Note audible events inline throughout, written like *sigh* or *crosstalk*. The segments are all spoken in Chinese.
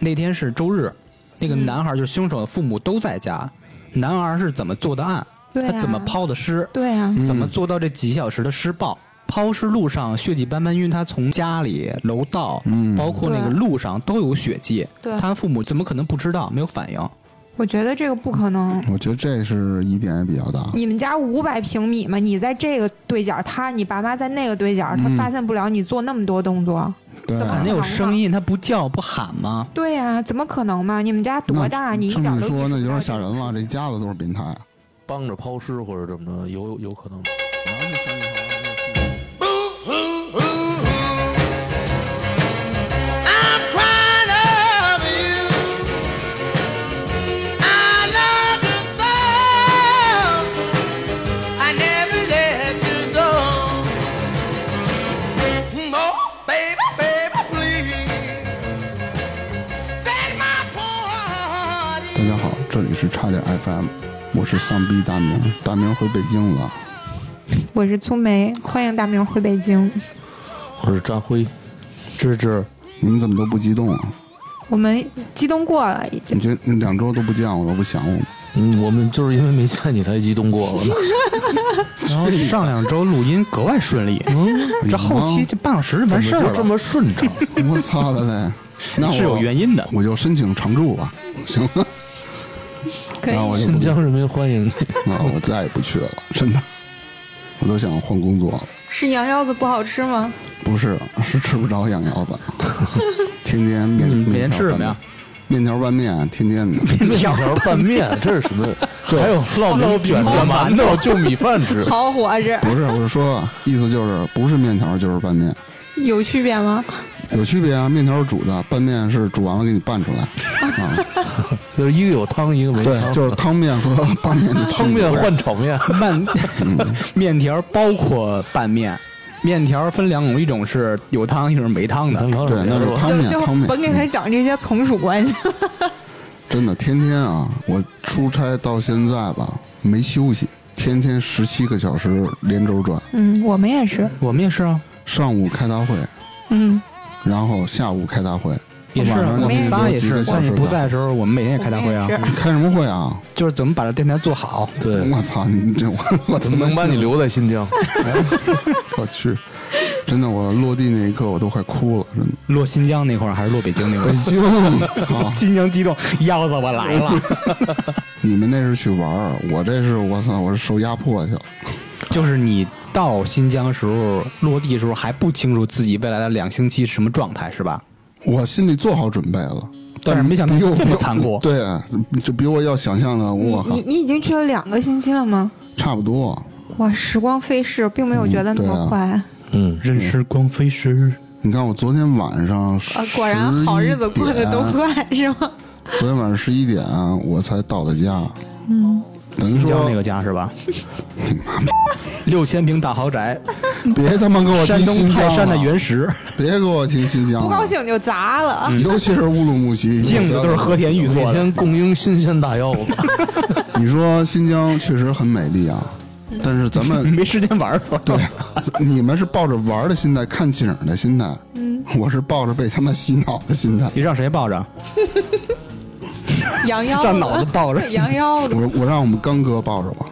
那天是周日，那嗯个男孩就是凶手的父母都在家，男孩是怎么做的案？对啊他怎么抛的尸？对啊，嗯嗯怎么做到这几小时的施暴？抛尸路上血迹斑斑，因为他从家里、楼道，嗯嗯包括那个对路上都有血迹对。啊他父母怎么可能不知道？没有反应。我觉得这个不可能。我觉得这是疑点也比较大。你们家五百平米嘛，你在这个对角，他你爸妈在那个对角，嗯他发现不了你做那么多动作。对啊怎么肯定有声音，他不叫不喊吗？对呀、怎么可能嘛？你们家多大？那你一这点么都一说，意识那不有点到吓人了。这一家子都是变态。帮着抛尸或者怎么着，有有可能。然后就生意好了就是 I'm crying over you. I love you so. I never let you go. Oh, baby, baby, please set my poor heart 大家好，这里是差点 FM，我是丧逼大明，大明回北京了。我是粗梅，欢迎大明回北京。我是扎辉，芝芝，你们怎么都不激动啊？我们激动过了，已经你这你两周都不见我了，不想我吗？嗯，我们就是因为没见你才激动过了。然后上两周录音格外顺利，嗯这后期这半小时就完事儿就这了，*laughs* 嗯么顺畅，我操的嘞！那我是有原因的。我就申请常住吧，行吗？可然后以。我就新不疆人民 *laughs* 欢迎你。啊，我再也不去了，真的，我都想换工作了。是羊腰子不好吃吗？不是，是吃不着羊腰子，天天面嗯每面天条吃什么拌面呀，面条拌面，天天的。面条拌面，这是什么？ *laughs* 还有烙饼、卷子、 *laughs* 馒头，就米饭吃。好伙食 *laughs* 不是，我是说，意思就是不是面条就是拌面，有区别吗？有区别啊。面条是煮的，拌面是煮完了给你拌出 *laughs* 来。啊， *laughs* 就是一个有汤，一个没对，汤。就是汤面和拌面的区别 *laughs* 汤面换炒面，拌面条包括拌面，面条分两种，一种是有汤，一种是没汤的。对，那是汤面，就汤面。甭给他讲这些从属关系。真的，天天啊，我出差到现在吧，没休息，天天十七个小时连轴转。嗯，我们也是。我们也是啊，上午开大会，嗯，然啊，下午开大会，也是晚啊上，我我们也们是仨也几是。个小在时你的不在的时候，我们每天也开大会啊我，们也是开什么会啊？就是怎么把这电台做好。对， *laughs* 我操，你这我我他怎么妈能把你信了？留在 *laughs* 新疆？我去，真的，我落地那一刻我都快哭了，真的。落新疆那块儿还是落北京那块北儿？ *laughs* 京， *laughs* 操！新疆激动，腰子我来了， *laughs* 你们那是去玩儿，我这是我操，我是受压迫去了。就是你到新疆时候落地时候还不清楚自己未来的两星期是什么状态是吧？我心里做好准备了，但是没想到比我这么残酷 *laughs* 对，就比我要想象的，你我靠你，你已经去了两个星期了吗？差不多。哇，时光飞逝，并没有觉得那么嗯对啊快。嗯，任时光飞逝，你看，我昨天晚上啊，果然好日子过得都11点快，是吗？昨天晚上十一点我才到的家。 *laughs* 嗯，等于新疆说那个家是吧？六千平大豪宅，别他妈给我山提东新疆泰山的了原石，别给我提新疆了，不高兴就砸了。尤其是乌鲁木 *laughs* *laughs* 齐，镜子都是和田玉做每的。天供应新鲜大腰子。你说新疆确实很美丽啊，但是咱们 *laughs* 没时间玩儿，对你们是抱着玩儿的心态、看景儿的心态，我是抱着被他妈洗脑的心态。你让谁 *laughs* 抱着？哦羊腰嗯让脑子子， *laughs* 抱着，羊腰 *laughs* 子，我我让我们刚哥抱着我，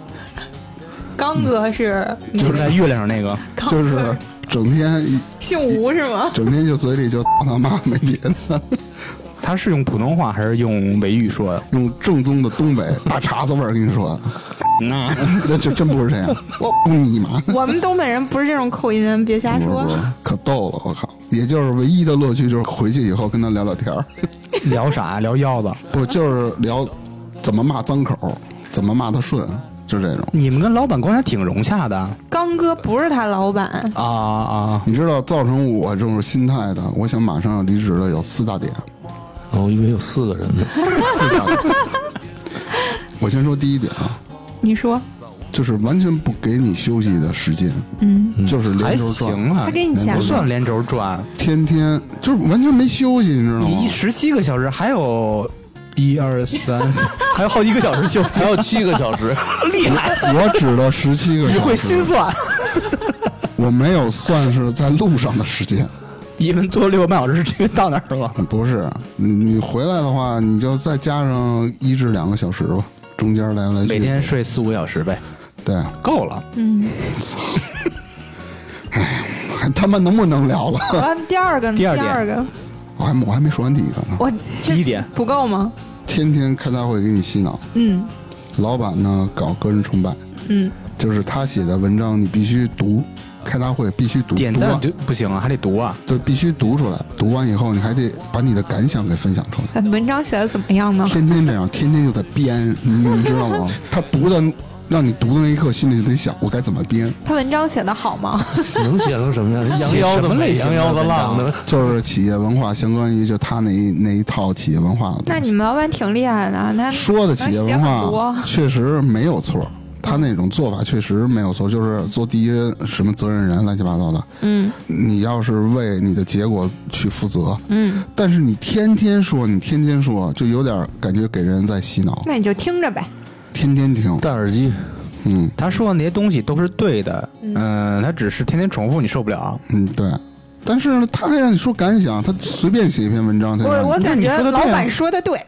刚哥是就是在月亮上那个。就是整天一姓吴是吗？ *laughs* 整天就嘴里就他妈没别的，他是用普通话还是用维语说的？用正宗的东北大碴子味儿跟你说， *laughs* 那那这真不是这样，你妈！我们东北人不是这种口音，别瞎不是说不。是，可逗了，我靠！也就是唯一的乐趣就是回去以后跟他聊聊天儿。 *laughs* 聊啥？聊腰子。不就是聊怎么骂脏口，怎么骂他顺，就这种。你们跟老板关系还挺融洽的刚哥不是他老板，啊啊！你知道造成我这种心态的，我想马上要离职的有四大点。 *laughs* 哦，我以为有四个人呢。四大点。我先说第一点啊，你说就是完全不给你休息的时间，嗯，就是还连轴转，行啊，他给你钱不吗？算连轴转，天天就是完全没休息，你知道吗？你十七个小时还有。一二三四， *laughs* 还有好几个小时休息，还有七个小时， *laughs* 厉害！我指的十七个你小 *laughs* 会心时，算，我没有算是在路上的时间，一个人做六个半小时，这个到哪儿了？不是，你你回来的话，你就再加上一至两个小时吧，中间来来去去。每天睡四五个小时呗，对，够了。还他妈能不能聊了？完啊第二个呢，第二点二个，我还我还没说完第一个呢。 *laughs* 我第一点，不够吗？天天开大会给你洗脑，嗯老板呢搞个人崇拜，嗯，就是他写的文章你必须读，开大会必须读，点读赞完就不行啊，还得读啊。对，必须读出来，读完以后你还得把你的感想给分享出来。文章写的怎么样呢？天天 *laughs* 这样，天天就在编，你你知道吗？他读的，让你读的那一刻，心里就得想，我该怎么编？他文章写的好吗？ *laughs* *laughs* 能写成什么样？写 *laughs* 羊腰什子么美类型羊的腰子文浪章的，就是企业文化相关于就他那一那一套企业文化的东西。那你们老板挺厉害的啊，那说的企业文能写很化多确实没有错，他那种做法确实没有错，就是做第一人什么责任人乱七八糟的。嗯你要是为你的结果去负责，嗯，但是你天天说，你天天说，就有点感觉给人在洗脑，那你就听着呗。天天听， *laughs* 戴耳机，嗯他说的那些东西都是对的，嗯，他只是天天重复，你受不了。嗯，对。但是呢，他还让你说感想，他随便写一篇文章，他就让我你我感觉那你说得对啊老板说的 *laughs* 对，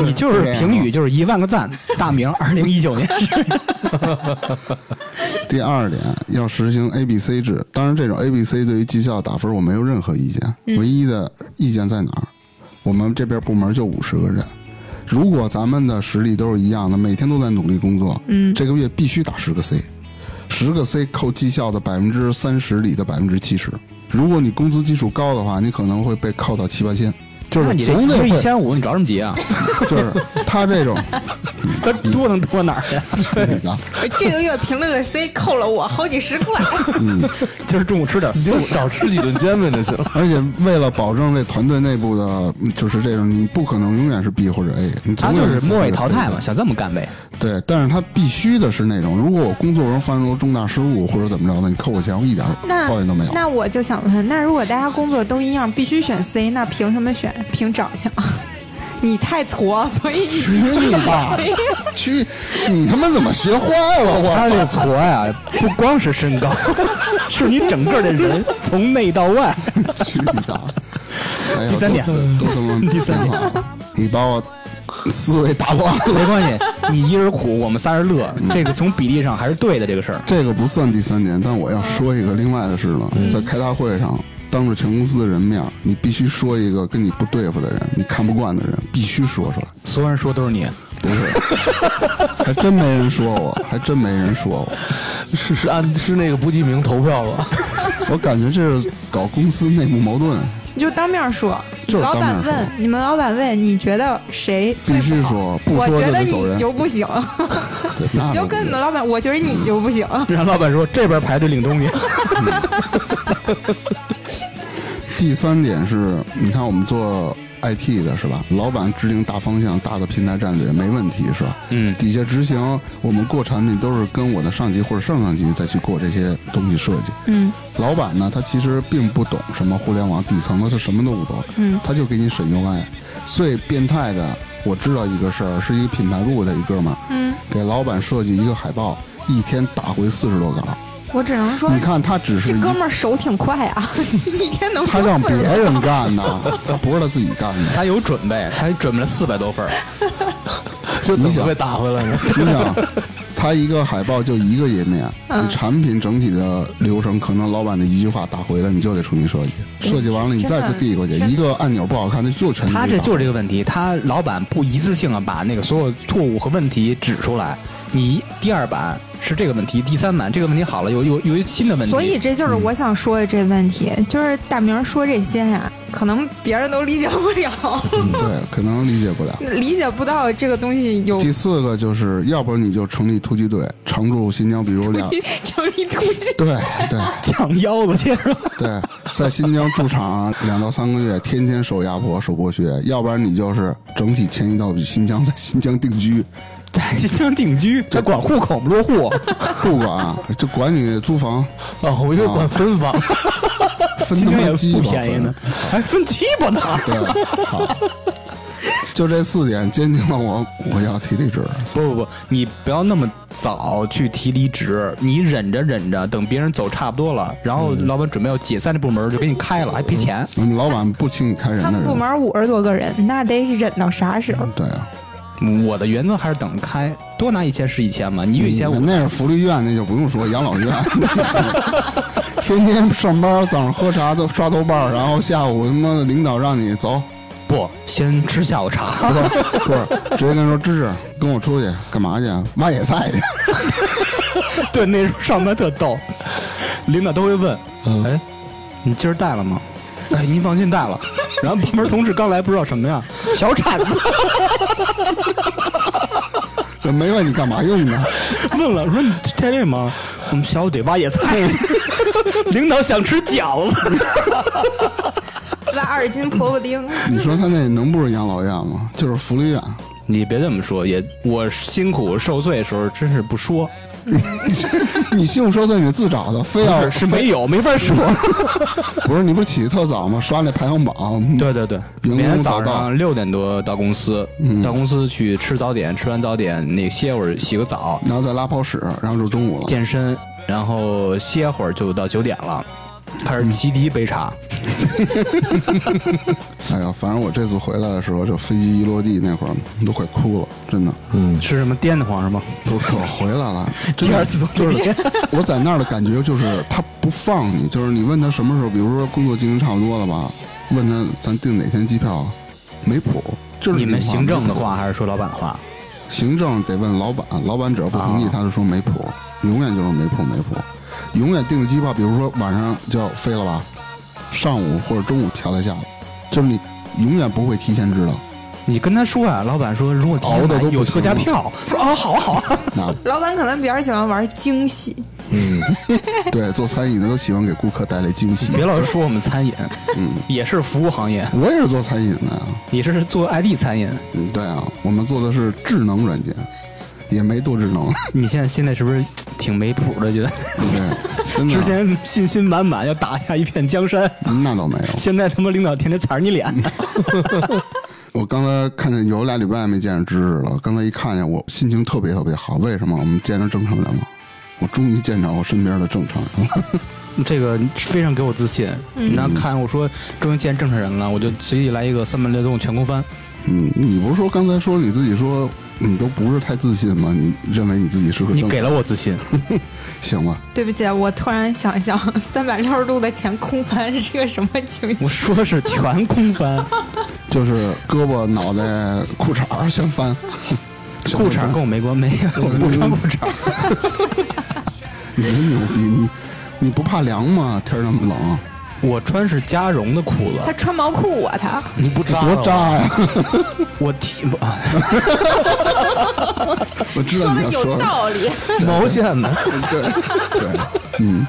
你就是啊是这样评语就是一万个赞，大明二零一 *laughs* 九年第二点要实行 A B C 制，当然这种 A B C 对于绩效打分我没有任何意见，唯一的意见在哪儿？我们这边部门就五十个人，如果咱们的实力都是一样的，每天都在努力工作，嗯，这个月必须打十个 C，十个 C 扣绩效的百分之三十里的百分之七十。如果你工资基数高的话，你可能会被扣到七八千，就那是你这总得一会，个一千五，你着什么急啊？就是他这种， *laughs* 他多能多哪儿 *laughs* 呀？你的这个月评论个 C 扣了我好几十块。 *laughs* 今儿中午吃点你素就，少吃几顿煎饼就行了。而且为了保证这团队内部的，嗯就是这种，你不可能永远是 B 或者 A，你他总有就一是次末会位有淘 C 汰的嘛，。 *laughs* 想这么干呗。对，但是他必须的是那种，如果我工作中犯出重大失误或者怎么着的，你扣我钱，我一点那抱怨都没有。那我就想问，那如果大家工作都一样，必须选 C，那凭什么选？凭长相？ *laughs* 你太矬，所以你去你吧！去，你他妈怎么学坏了？他我这矬呀，不光是身高， *laughs* 是你整个的 *laughs* 人从内到外。操！去你的！哎呀第三点都都他妈 *laughs* 第三点挺好，你把我思维打乱了。没关系，你一人苦，我们仨人乐，这个从比例上还是对的这个 *laughs* 事儿。这个不算第三点，但我要说一个另外的事了。嗯在开大会上，当着全公司的人面，你必须说一个跟你不对付的人，你看不惯的人，必须说出来。 *laughs* 所有人说都是你，不是，还真没人说我，还真没人说我。是是按是那个不记名投票吧？我感觉这是搞公司内部矛盾，你就当面说。就是老当面板说问你们，老板问你觉得谁最必须好说，不我说觉就得得走你人。就不行，对那你倒 *laughs* 就不跟你是们老板，我觉得你就不行。让老板说这边排队领东西。第三点是，你看我们做 IT 的是吧？老板制定大方向、大的平台战略没问题是吧？嗯底下执行，我们过产品都是跟我的上级或者上上级再去过这些东西设计。嗯老板呢，他其实并不懂什么互联网底层的，他什么都不懂，嗯他就给你审 UI。最变态的，我知道一个事儿，是一个品牌部的一哥们儿嗯，给老板设计一个海报，一天打回四十多稿。我只能说你看他只是这一哥们儿手挺快啊， *laughs* 一天能他说让四别十人干的，他不是他自己干的。他有准备，他准备了四百多 *laughs* 份儿，就你怎想么被打回来呢？你想，它一个海报就一个页面，嗯你产品整体的流程，可能老板的一句话打回来，你就得重新设计。设计完了，你再给递过去，一个按钮不好看，那就全他这就是是这个问题，他老板不一次性啊把那个所有错误和问题指出来，你第二版是这个问题，第三版这个问题好了，有有有一新的问题，*laughs* 所以这就是嗯我想说的这问题，就是大明说这些呀、可能别人都理解不了， *laughs* 嗯对，可能理解不了。理解不到这个东西有第四个就是，要不然你就成立突击队，常驻新疆，比如两，成立突击。对对酱腰子接着。对，在新疆驻场两到三个月，天天受压迫、受剥削；要不然你就是整体迁移到新疆，在新疆定居。在 *laughs* 新疆定居，他管户口不落户，不管，就管你租房，啊，我以为管分房，分新他疆妈也鸡不巴哎便宜呢，还分鸡巴呢。对，操！就这四点坚定了我我要提离职。不不不，你不要那么早去提离职，你忍着忍着，等别人走差不多了，然后老板准备要解散这部门，就给你开了，还赔钱。我们老板不轻易开人他的们部人，门五十多个人，那得忍到啥时候？对啊，我的原则还是等开，多拿一千是一千嘛。你有一千，我那是福利院，那就不用说养老院， *laughs* 天天上班，早上喝茶都刷豆瓣儿，然后下午他妈的领导让你走，不先吃下午 *laughs* 茶。不是不是，直接跟他说芝芝跟我出去干嘛去啊？挖野菜去。 *laughs* 对，那时候上班特逗，领导都会问：“哎，你今儿带了吗？”哎，您放心带了。然后旁边同事刚来不知道什么呀，小铲子这没问你干嘛用的，问了说：“你带这吗？”我们下午得挖野菜去。领导想吃饺子，挖二斤婆婆丁，你说他那能不是养老院吗？就是福利院， *laughs* 你别这么说，也我辛苦受罪的时候真是不说，你信不说罪你自找的，非要是是没有没法说。不是你不是起得特早吗？刷那排行榜， *laughs* 对对对，员每工天早早到嗯上六点多到公司，到公司去吃早点，吃完早点那歇会儿洗个澡，然后再拉泡屎，然后就中午了。健身，然后歇会儿就到九点了，开嗯始沏第一杯茶。哎呀，反正我这次回来的时候，就飞机一落地那会儿，都快哭了，真的。是什么颠得慌是 *laughs* 吗？不是，我回来 *laughs* 了，真第的二次坐地铁，我在那儿的感觉就是他不放你，就是你问他什么时候，比如说工作进行差不多了吧，问他咱订哪天机票啊，没谱。就是你们这种行政的没谱话还是说老板的话？行政得问老板，老板只要不同意，啊他就说没谱，永远就是没谱没谱，永远定的机票，比如说晚上就要飞了吧，上午或者中午调在下午，就是你永远不会提前知道，你跟他说啊，老板说如果提前熬得都买不有特行价了票，说啊好啊好 *laughs* 啊， *laughs* *laughs* 那老板可能比较喜欢玩惊喜，对做餐饮的都喜欢给顾客带来惊喜。别老说我们餐饮，嗯也是服务行业，我也是做餐饮的呀，也是做 IT 餐饮。嗯，对啊，我们做的是智能软件，也没多智能， *laughs* 你现在心里是不是挺没谱的？觉 *laughs* 得对，真的。之前信心满满要打下一片江山，那倒没有， *laughs* 现在他妈领导天天踩着你脸呢。我刚才看见有俩礼拜没见着芝芝了，刚才一看见我心情特别特别好。为什么？我们见着正常人了，我终于见着我身边的正常人了。 *laughs* *laughs* 这个非常给我自信。然后看我说终于见正常人了，我就随意来一个三百六十度全空翻。嗯，你不是说刚才说你自己说你都不是太自信吗？你认为你自己是个你正给了我自信，行吧？对不起，啊我突然想 *laughs* 象三百六十度的前空翻是个什么情 *laughs* 我形？说的是全空 *laughs* 翻，就是胳膊、脑袋、裤衩儿 *laughs* 先翻，先裤衩翻跟我没关没有，我 *laughs* 不穿裤衩。你真牛逼！你你不怕凉吗？天儿那么冷，我穿是加绒的裤子他，穿毛裤啊，他你不扎多了扎呀！ *laughs* 我提不 *laughs* 啊，我知道你要说什么理。毛线 *laughs* 呢？对对，嗯，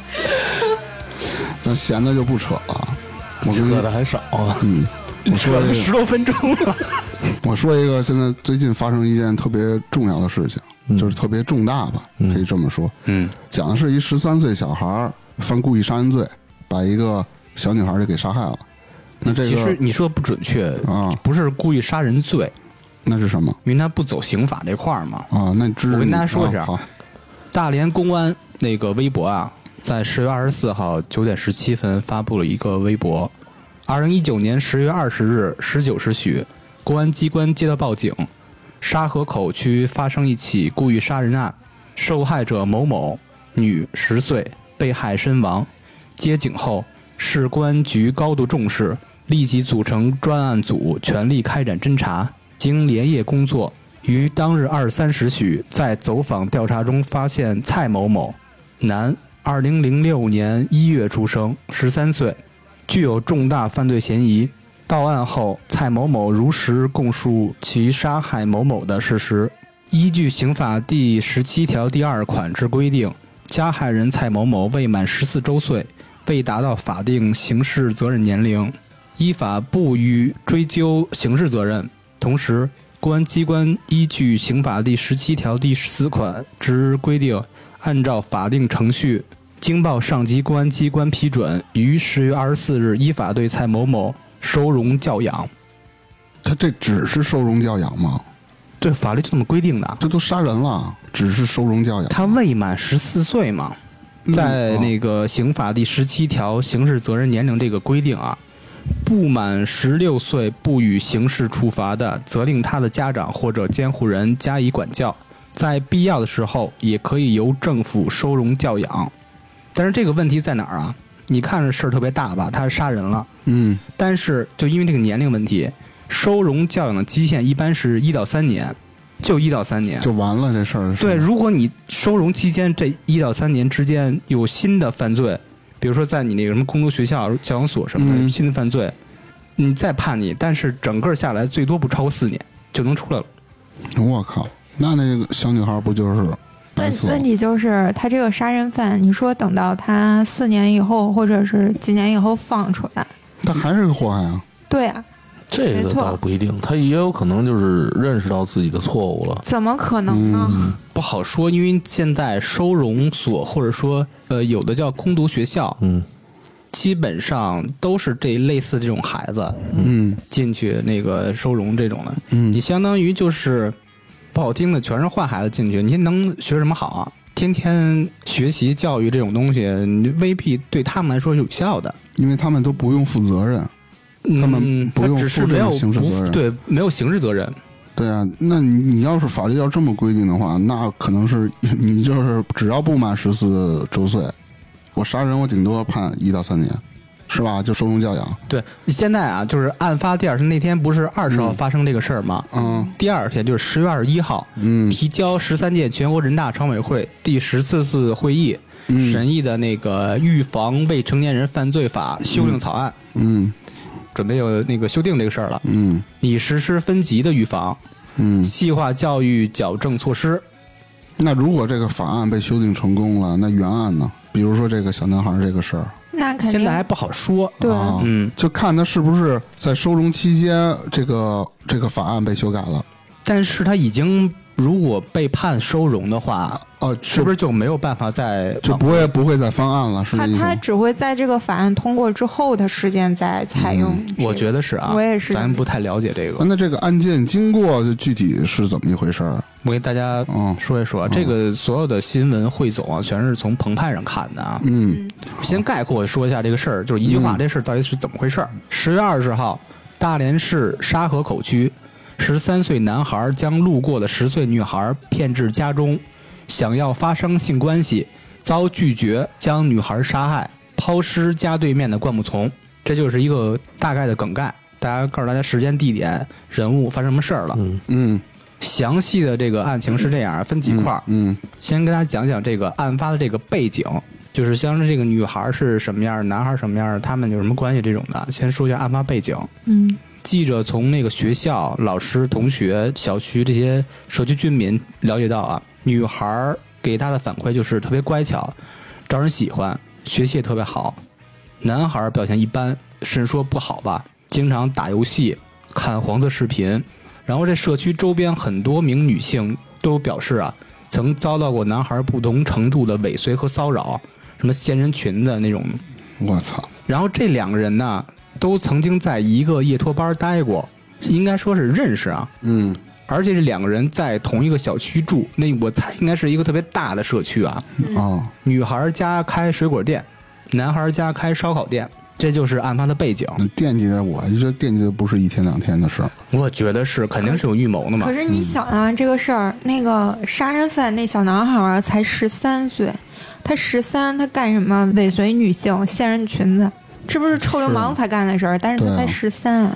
那闲的就不扯了。我跟扯你的还少啊！嗯，我扯说了一十个，多分钟了。我说一个，现在最近发生一件特别重要的事情，就是特别重大吧，可以这么说。嗯，讲的是一十三岁小孩儿犯故意杀人罪，把一个小女孩儿就给杀害了。那这其实个你说的不准确啊不是故意杀人罪，那是什么因为他不走刑法这块儿嘛。啊？那知我跟大家说一下啊好，大连公安那个微博啊，在十月二十四号九点十七分发布了一个微博。二零一九年十月二十日十九时许，公安机关接到报警，沙河口区发生一起故意杀人案，受害者某某，女，十岁，被害身亡。接警后，市公安局高度重视，立即组成专案组，全力开展侦查。经连夜工作，于当日二三时许，在走访调查中发现蔡某某，男，二零零六年一月出生，十三岁，具有重大犯罪嫌疑。到案后，蔡某某如实供述其杀害某某的事实。依据刑法第十七条第二款之规定，加害人蔡某某未满十四周岁，未达到法定刑事责任年龄，依法不予追究刑事责任。同时，公安机关依据刑法第十七条第十四款之规定，按照法定程序，经报上级公安机关批准，于十月二十四日依法对蔡某某收容教养。他这只是收容教养吗？对，法律就这么规定的。这都杀人了，只是收容教养。啊他未满十四岁嘛，嗯在那个刑法第十七条刑事责任年龄这个规定啊，不满十六岁不予刑事处罚的，责令他的家长或者监护人加以管教，在必要的时候也可以由政府收容教养。但是这个问题在哪儿啊？你看着事儿特别大吧，他杀人了，嗯，但是就因为这个年龄问题，收容教养的期限一般是一到三年，就一到三年，就完了这事儿。对，，如果你收容期间这一到三年之间有新的犯罪，比如说在你那个什么公读学校、教养所什么的、嗯新的犯罪，你再判你，但是整个下来最多不超过四年就能出来了。我靠，那那个小女孩不就是白问死了问？题就是他这个杀人犯，你说等到他四年以后，或者是几年以后放出来，她还是个祸害啊！对啊，这没个错倒不一定，他也有可能就是认识到自己的错误了。怎么可能呢？嗯不好说，因为现在收容所或者说呃有的叫公读学校，嗯，基本上都是这类似这种孩子嗯进去那个收容这种的，你嗯，相当于就是不好听的，全是坏孩子进去，你能学什么好啊？天天学习教育这种东西，你未必对他们来说有效的。因为他们都不用负责任。嗯他们不用他只是负这没个有刑事不责任对，没有刑事责任。对啊，那你你要是法律要这么规定的话，那可能是 *laughs* 你就是只要不满十四周岁，我杀人我顶多判一到三年，是吧？就收容教养。对，现在啊，就是案发第二天那天不是二十号发生这个事儿吗？嗯第二天就是十月二十一号，嗯提交十三届全国人大常委会第十四次会议审嗯议的那个《预防未成年人犯罪法》修订草案，嗯准备有那个修订这个事儿了。嗯以实施分级的预防、嗯。细化教育矫正措施。那如果这个法案被修订成功了，那原案呢？比如说这个小男孩这个事儿， *laughs* 那肯定现在还不好说。对啊嗯，就看他是不是在收容期间，这个这个法案被修改了。但是他已经如果被判收容的话，哦，是不是是就没有办法再就不会不会再翻案了？是他这意思他吗？只会在这个法案通过之后的时间再采用嗯这个、我觉得是啊，我也是咱不太了解这啊个。那这个案件经过就具体是怎么一回事儿？啊我给大家嗯说一说啊，这个所有的新闻汇总啊，全是从澎湃上看的啊。嗯，先概括说一下这个事儿，就是一句话，嗯这事儿到底是怎么回事儿？十月二十号，大连市沙河口区，十三岁男孩将路过的十岁女孩骗至家中，想要发生性关系，遭拒绝，将女孩杀害，抛尸家对面的灌木丛。这就是一个大概的梗概，大家告诉大家时间、地点、人物发生什么事儿了。嗯，嗯详细的这个案情是这样，分几块儿。嗯先跟大家讲讲这个案发的这个背景，就是像是这个女孩是什么样，男孩什么样，他们有什么关系这种的。先说一下案发背景。嗯，记者从那个学校、老师、同学、小区这些社区居民了解到啊，女孩儿给她的反馈就是特别乖巧，招人喜欢，学习也特别好。男孩儿表现一般，甚至说不好吧，经常打游戏、看黄色视频。然后这社区周边很多名女性都表示啊，曾遭到过男孩儿不同程度的尾随和骚扰，什么仙人裙的那种嗯，我操，然后这两个人呢，都曾经在一个夜托班待过，应该说是认识啊。嗯而且这两个人在同一个小区住，那我猜应该是一个特别大的社区啊。哦，女孩家开水果店，男孩家开烧烤店，这就是案发的背景。那惦记着我，就觉得惦记的不是一天两天的事儿。我觉得是，肯定是有预谋的嘛嗯可。是你想啊，这个事儿，那个杀人犯那小男孩儿才十三岁，他十三，他干什么？尾随女性，仙人裙子，这不是臭流氓才干的事儿，但是他对啊才十三、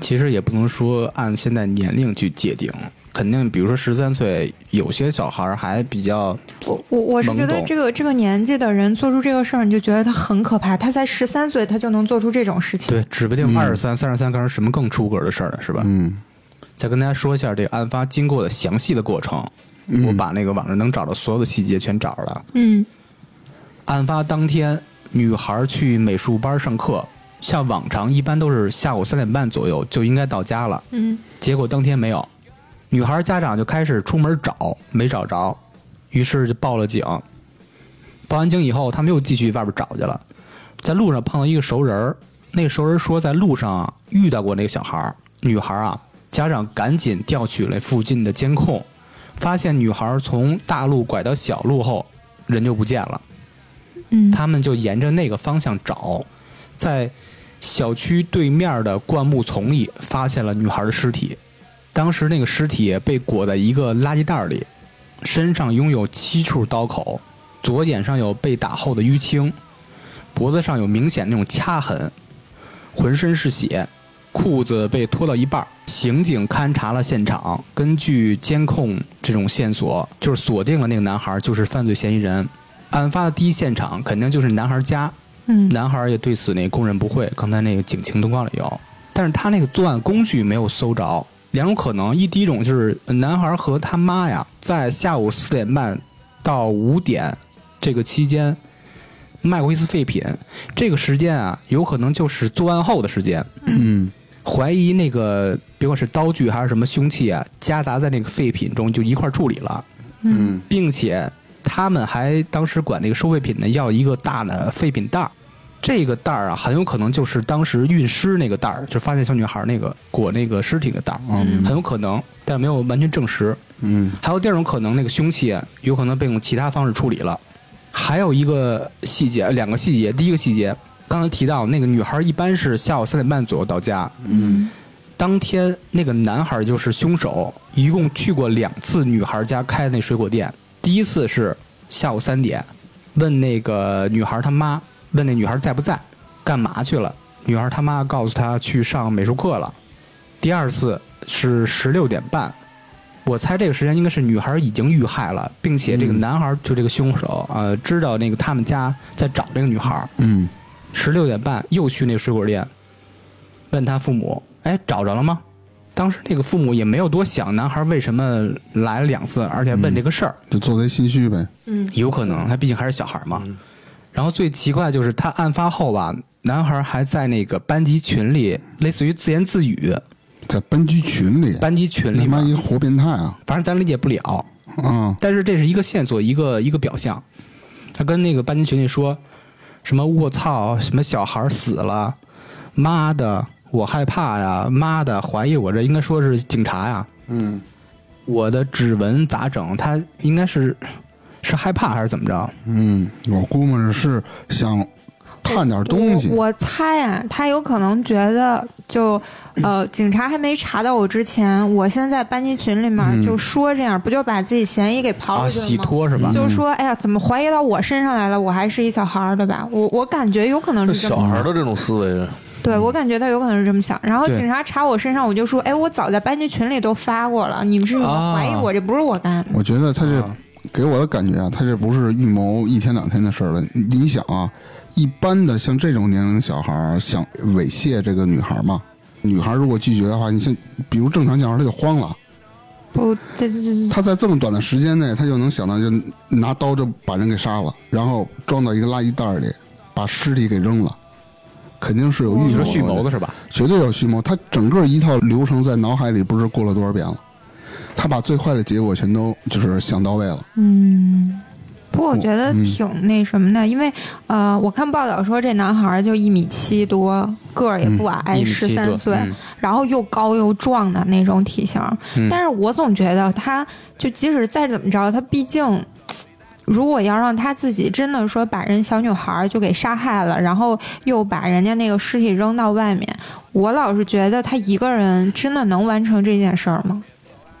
其实也不能说按现在年龄去界定，肯定比如说十三岁，有些小孩儿还比较我我我是觉懵得懂这个这个年纪的人做出这个事儿，你就觉得他很可怕。他才十三岁，他就能做出这种事情。对，指不定二十三、三十三干什么更出格的事儿呢，是吧？嗯再跟大家说一下这个案发经过的详细的过程。我把那个网上能找到所有的细节全找着了。嗯案发当天，女孩去美术班上课，像往常一般都是下午三点半左右就应该到家了，嗯结果当天没有。女孩家长就开始出门找，没找着，于是就报了警。报完警以后，他们又继续外边找去了，在路上碰到一个熟人儿那个熟人说在路上啊遇到过那个小孩儿女孩啊，家长赶紧调取了附近的监控，发现女孩从大路拐到小路后，人就不见了。嗯，他们就沿着那个方向找，在小区对面的灌木丛里发现了女孩的尸体。当时那个尸体被裹在一个垃圾袋里，身上拥有七处刀口，左眼上有被打后的淤青，脖子上有明显那种掐痕，浑身是血，裤子被脱到一半儿。刑警勘察了现场，根据监控这种线索，就是锁定了那个男孩就是犯罪嫌疑人。案发的第一现场肯定就是男孩家，嗯男孩也对此那供认不讳。刚才那个警情通告里有，但是他那个作案工具没有搜着。两种可能，一第一种就是男孩和他妈呀，在下午四点半到五点这个期间卖过一次废品，这个时间啊，有可能就是作案后的时间。嗯，怀疑那个别管是刀具还是什么凶器啊，夹杂在那个废品中就一块儿处理了。嗯，并且他们还当时管那个收废品的要一个大的废品袋儿，这个袋儿啊，很有可能就是当时运尸那个袋儿，就发现小女孩那个裹那个尸体的袋儿，嗯哦，明白很有可能，但没有完全证实。嗯还有第二种可能，那个凶器有可能被用其他方式处理了。还有一个细节，两个细节，第一个细节，刚才提到那个女孩一般是下午三点半左右到家，嗯当天那个男孩就是凶手，一共去过两次女孩家开的那水果店。第一次是下午三点，问那个女孩他妈，问那女孩在不在，干嘛去了。女孩他妈告诉她去上美术课了。第二次是十六点半，我猜这个时间应该是女孩已经遇害了，并且这个嗯男孩就这个凶手，呃，知道那个他们家在找这个女孩，嗯十六点半又去那水果店，问他父母：“哎，找着了吗？”当时那个父母也没有多想，男孩为什么来了两次，而且问这个事儿，就做贼心虚呗。嗯有可能他毕竟还是小孩嘛。然后最奇怪就是他案发后吧，男孩还在那个班级群里，类似于自言自语，在班级群里，班级群他里妈面，一活变态啊！反正咱理解不了。啊，但是这是一个线索，一个一个表象。他跟那个班级群里说什么“卧槽”，什么小孩死了，妈的，我害怕呀，妈的，怀疑我这应该说是警察呀，嗯我的指纹咋整？他应该是是害怕还是怎么着？嗯，我估摸着是想看点东西我。我猜啊，他有可能觉得就呃，警察还没查到我之前，我先在班级群里面就说这样，不就把自己嫌疑给刨啊，出去洗了哦吗？脱是吧？就说，哎呀，怎么怀疑到我身上来了？我还是一小孩儿，对吧？我我感觉有可能这是这小么孩想，的这种思维，对我感觉他有可能是这么想。然后对警察查我身上，我就说，哎，我早在班级群里都发过了，你们是你们怀疑啊我，这不是我干的。我觉得他这给我的感觉啊，他这不是预谋一天两天的事儿了。你你想啊，一般的像这种年龄的小孩儿想猥亵这个女孩儿嘛，女孩儿如果拒绝的话，你像比如正常小孩儿他就慌了，不，这这这他在这么短的时间内，他就能想到就拿刀就把人给杀了，然后装到一个垃圾袋儿里，把尸体给扔了，肯定是有哦你预说谋蓄谋的的是吧？绝对有蓄谋。他整个一套流程在脑海里不知过了多少遍了，他把最坏的结果全都就是想到位了。嗯，不过我觉得嗯挺那什么的，因为呃，我看报道说这男孩儿就一米七多，个儿也不矮，一米十七三多岁，嗯然后又高又壮的那种体型。嗯但是我总觉得他就即使再怎么着，他毕竟。如果要让他自己真的说把人小女孩儿就给杀害了，然后又把人家那个尸体扔到外面，我老是觉得他一个人真的能完成这件事儿吗？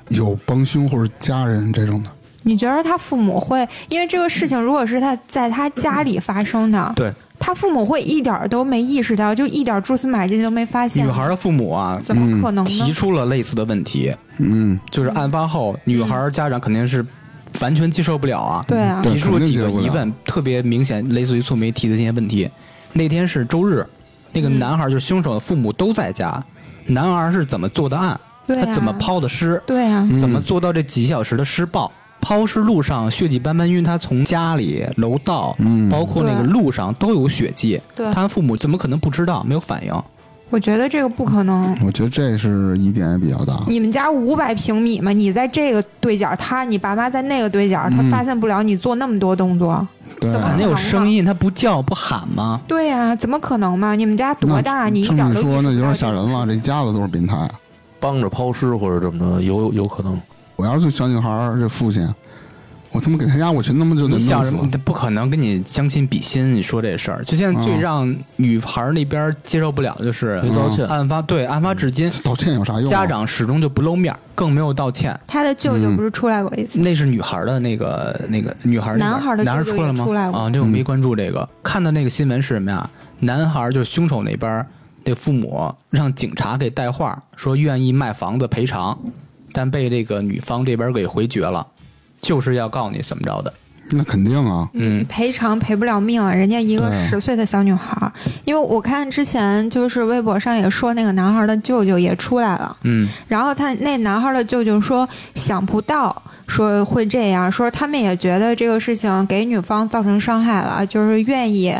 有帮凶或者家人这种的，你觉得他父母会因为这个事情，如果是他在他家里发生的，嗯对，他父母会一点儿都没意识到，就一点儿蛛丝马迹都没发现？女孩的父母啊，怎么可能呢提？出了类似的问题，嗯，就是案发后，女孩家长肯定是完全接受不了啊。对啊，提出了几个肯定疑接受不问，特别明显，类似于素梅提的这些问题。那天是周日，那嗯个男孩就是凶手的父母都在家，男孩是怎么做的案？对啊他怎么抛的尸？对啊，嗯怎么做到这几小时的施暴？抛尸路上血迹斑斑，因为他从家里、楼道，嗯包括那个对路上都有血迹对。啊他父母怎么可能不知道？没有反应。我觉得这个不可能。我觉得这是疑点也比较大。你们家五百平米嘛，你在这个对角，他你爸妈在那个对角，嗯他发现不了你做那么多动作。对啊怎，么肯定有声音，他不叫不喊吗？啊对呀、怎么可能嘛？你们家多大？那你一这点么儿一都说，那有点吓人了。了。这家子都是变态啊，帮着抛尸或者怎么着，有有可能。我要是小女孩儿这父亲，我他妈给他压，我去他妈就得你弄想死什么？你不可能跟你将心比心，你说这事儿。就现在最嗯让女孩那边接受不了的就是没道歉案发对案发至今，道歉有啥用啊？家长始终就不露面，更没有道歉。他的舅嗯舅不是出来过一次，那是女孩儿的那个那个女孩儿那边男孩儿的男孩儿舅舅出来了吗？也出来过啊，这我没关注这个。看的那个新闻是什么呀？男孩儿就是凶手那边儿，那父母让警察给带话，说愿意卖房子赔偿，但被这个女方这边儿给回绝了，就是要告你怎么着的。那肯定啊，嗯，赔偿赔不了命啊，人家一个对十岁的小女孩儿。因为我看之前就是微博上也说那个男孩儿的舅舅也出来了，嗯，然后他那男孩儿的舅舅说想不到说会这样，说他们也觉得这个事情给女方造成伤害了，就是愿意。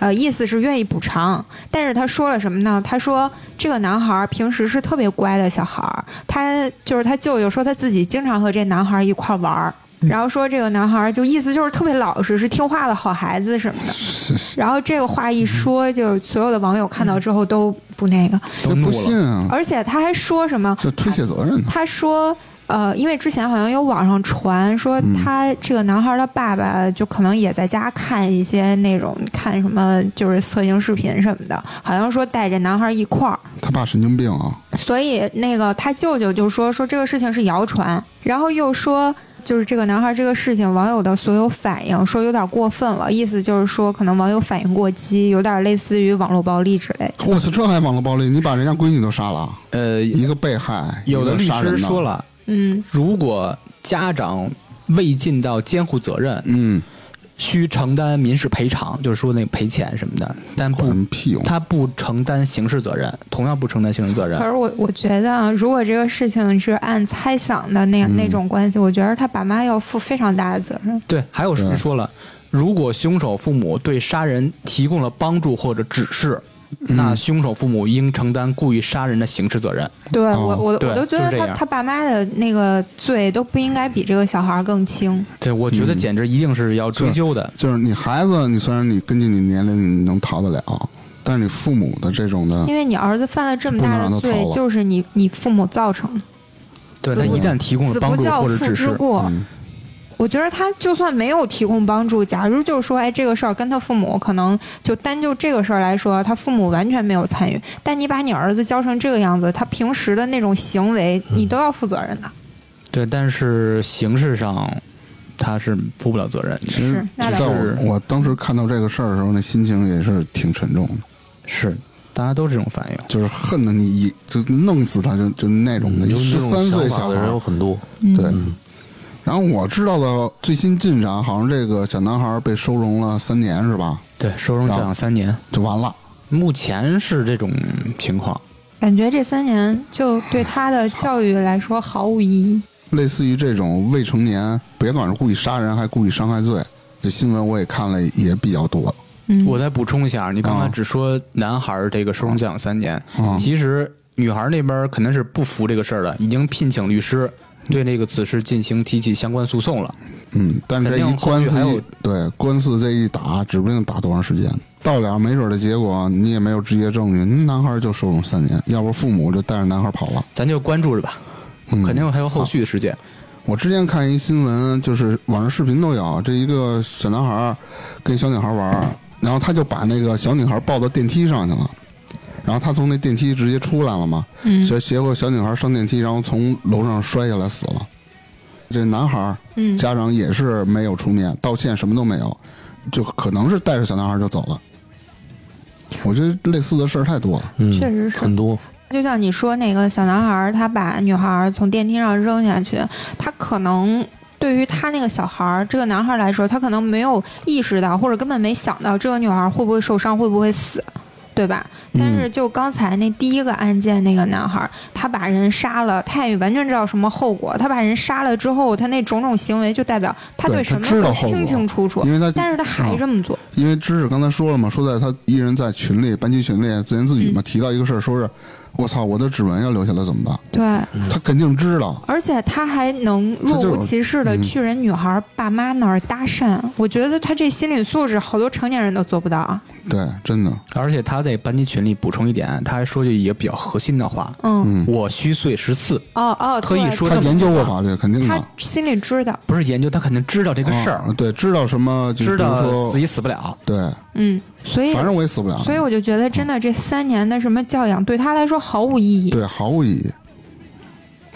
呃，意思是愿意补偿，但是他说了什么呢？他说这个男孩儿平时是特别乖的小孩儿，他就是他舅舅说他自己经常和这男孩儿一块儿玩儿，然后说这个男孩儿就意思就是特别老实，是听话的好孩子什么的。是是然后这个话一说，就是所有的网友看到之后都不那个，都这怒不了信。啊，而且他还说什么？这推卸责任呢。他说，呃，因为之前好像有网上传说他这个男孩的爸爸就可能也在家看一些那种看什么就是色情视频什么的，好像说带着男孩一块儿，他爸神经病啊，所以那个他舅舅就说说这个事情是谣传，然后又说。就是这个男孩这个事情，网友的所有反应说有点过分了，意思就是说可能网友反应过激，有点类似于网络暴力之类的。我操，这还网络暴力？你把人家闺女都杀了，呃，一个被害，有的一个律杀人师说，了，嗯，如果家长未尽到监护责任，嗯，需承担民事赔偿，就是说那个赔钱什么的，但管什不么屁用？他不承担刑事责任，同样不承担刑事责任可。是我我觉得，啊，如果这个事情是按猜想的那样、嗯那种关系，我觉得他爸妈要负非常大的责任。对，还有谁对说了，如果凶手父母对杀人提供了帮助或者指示，嗯那凶手父母应承担故意杀人的刑事责任。对我我哦对我都觉就得是这他样他爸妈的那个罪都不应该比这个小孩儿更轻。对，我觉得简直一定是要追究的。嗯就是你孩子，你虽然你根据你年龄你能逃得了，但是你父母的这种嗯的因，为你儿子犯了这么大不能让的他罪逃，了就是你你父母造成的，对他一旦提供子了帮不助教或者父指之示，过。嗯我觉得他就算没有提供帮助，假如就说，哎，这个事儿跟他父母可能就单就这个事儿来说，他父母完全没有参与。但你把你儿子教成这个样子，他平时的那种行为，嗯你都要负责任的。对，但是刑事上他是负不了责任的。其实是那在倒是我我当时看到这个事儿的时候，那心情也是挺沉重的，是，大家都这种反应。就是恨的你一就弄死他，就就那种的，嗯有这嗯十种三岁小想法嗯的孩人有儿。很多，对，然后我知道的最新进展，好像这个小男孩被收容了三年是吧？对，收容教养三年，就完了。目前是这种情况。感觉这三年就对他的教育来说毫无意义。类似于这种未成年，别管是故意杀人还故意伤害罪，这新闻我也看了也比较多。嗯，我再补充一下，你刚才啊只说男孩儿这个收容教养三年，啊其实女孩儿那边儿肯定是不服这个事儿的，已经聘请律师对那个此事进行提起相关诉讼了。嗯，但是这肯一定后官续司还有一对官司这一打，指不定打多长时间。到了没准儿的结果，你也没有直接证据，嗯男孩就收容三年，要不父母就带着男孩跑了。咱就关注着吧，嗯、肯定还有后续的事件。我之前看一新闻，就是网上视频都有，这一个小男孩儿跟小女孩玩儿，然后他就把那个小女孩抱到电梯上去了，然后他从那电梯直接出来了嘛，嗯结结果小女孩上电梯，然后从楼上摔下来死了。这男孩儿嗯家长也是没有出面道歉，什么都没有，就可能是带着小男孩就走了。我觉得类似的事儿太多了，嗯，确实是很多。就像你说那个小男孩儿，他把女孩儿从电梯上扔下去，他可能。对于他那个小孩儿，这个男孩儿来说，他可能没有意识到，或者根本没想到这个女孩儿会不会受伤，会不会死，对吧？但嗯是就刚才那第一个案件，那个男孩儿，他把人杀了，他也完全知道什么后果。他把人杀了之后，他那种种行为就代表他对对他什么知道都后果清清楚楚因，为他但是他还啊这么做。嗯因为知识刚才说了嘛，说在他一人在群里班级群里自言自语嘛，提到一个事儿，说是我操，我的指纹要留下来怎么办？对，嗯他肯定知道，而且他还能若无其事的嗯去人女孩爸妈那儿搭讪，我觉得他这心理素质好多成年人都做不到。啊对，真的，而且他在班级群里补充一点，他还说句也比较核心的话：嗯，我虚岁十四，哦哦，特意对说他这么研究过法律，肯定他的。心里知道，不是研究，他肯定知道这个事儿，啊对，知道什么，知就比如道自说，己死不了。对，嗯，所以反正我也死不了，所以我就觉得真的这三年的什么教养对他来说毫无意义，对，毫无意义。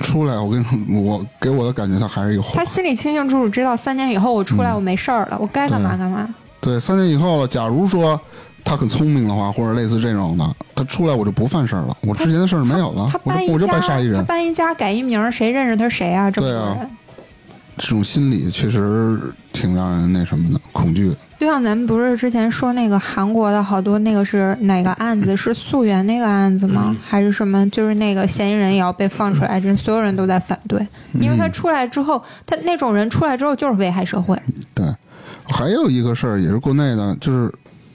出来，我跟你我给我的感觉，他还是一个坏他。心里清清楚楚知道三年以后我出来我没事儿了，我该干嘛嗯干嘛。对，三年以后了，假如说他很聪明的话，或者类似这种的，他出来我就不犯事儿了，我之前的事儿没有了他，啊我搬就一我就家，白杀一他人。搬一家改一名儿，谁认识他谁啊？这么对多啊人。这种心理确实挺让人那什么的，恐惧。就像啊咱们不是之前说那个韩国的好多那个是哪个案子？是溯源那个案子吗？嗯还是什么？就是那个嫌疑人也要被放出来，真所有人都在反对，嗯因为他出来之后，他那种人出来之后就是危害社会。对，还有一个事儿也是国内的，就是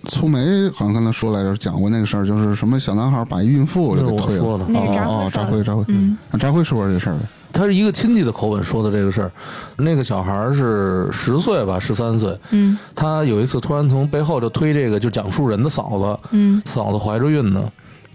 苏梅好像跟他说来着，讲过那个事儿，就是什么小男孩把一孕妇那是就给我推说了。的。那是张哦哦，辉张说辉，的张辉，嗯啊张辉说过这事儿的，他是一个亲戚的口吻说的这个事儿。那个小孩儿是十岁吧，十三岁。嗯他有一次突然从背后就推这个就讲述人的嫂子，嗯嫂子怀着孕呢，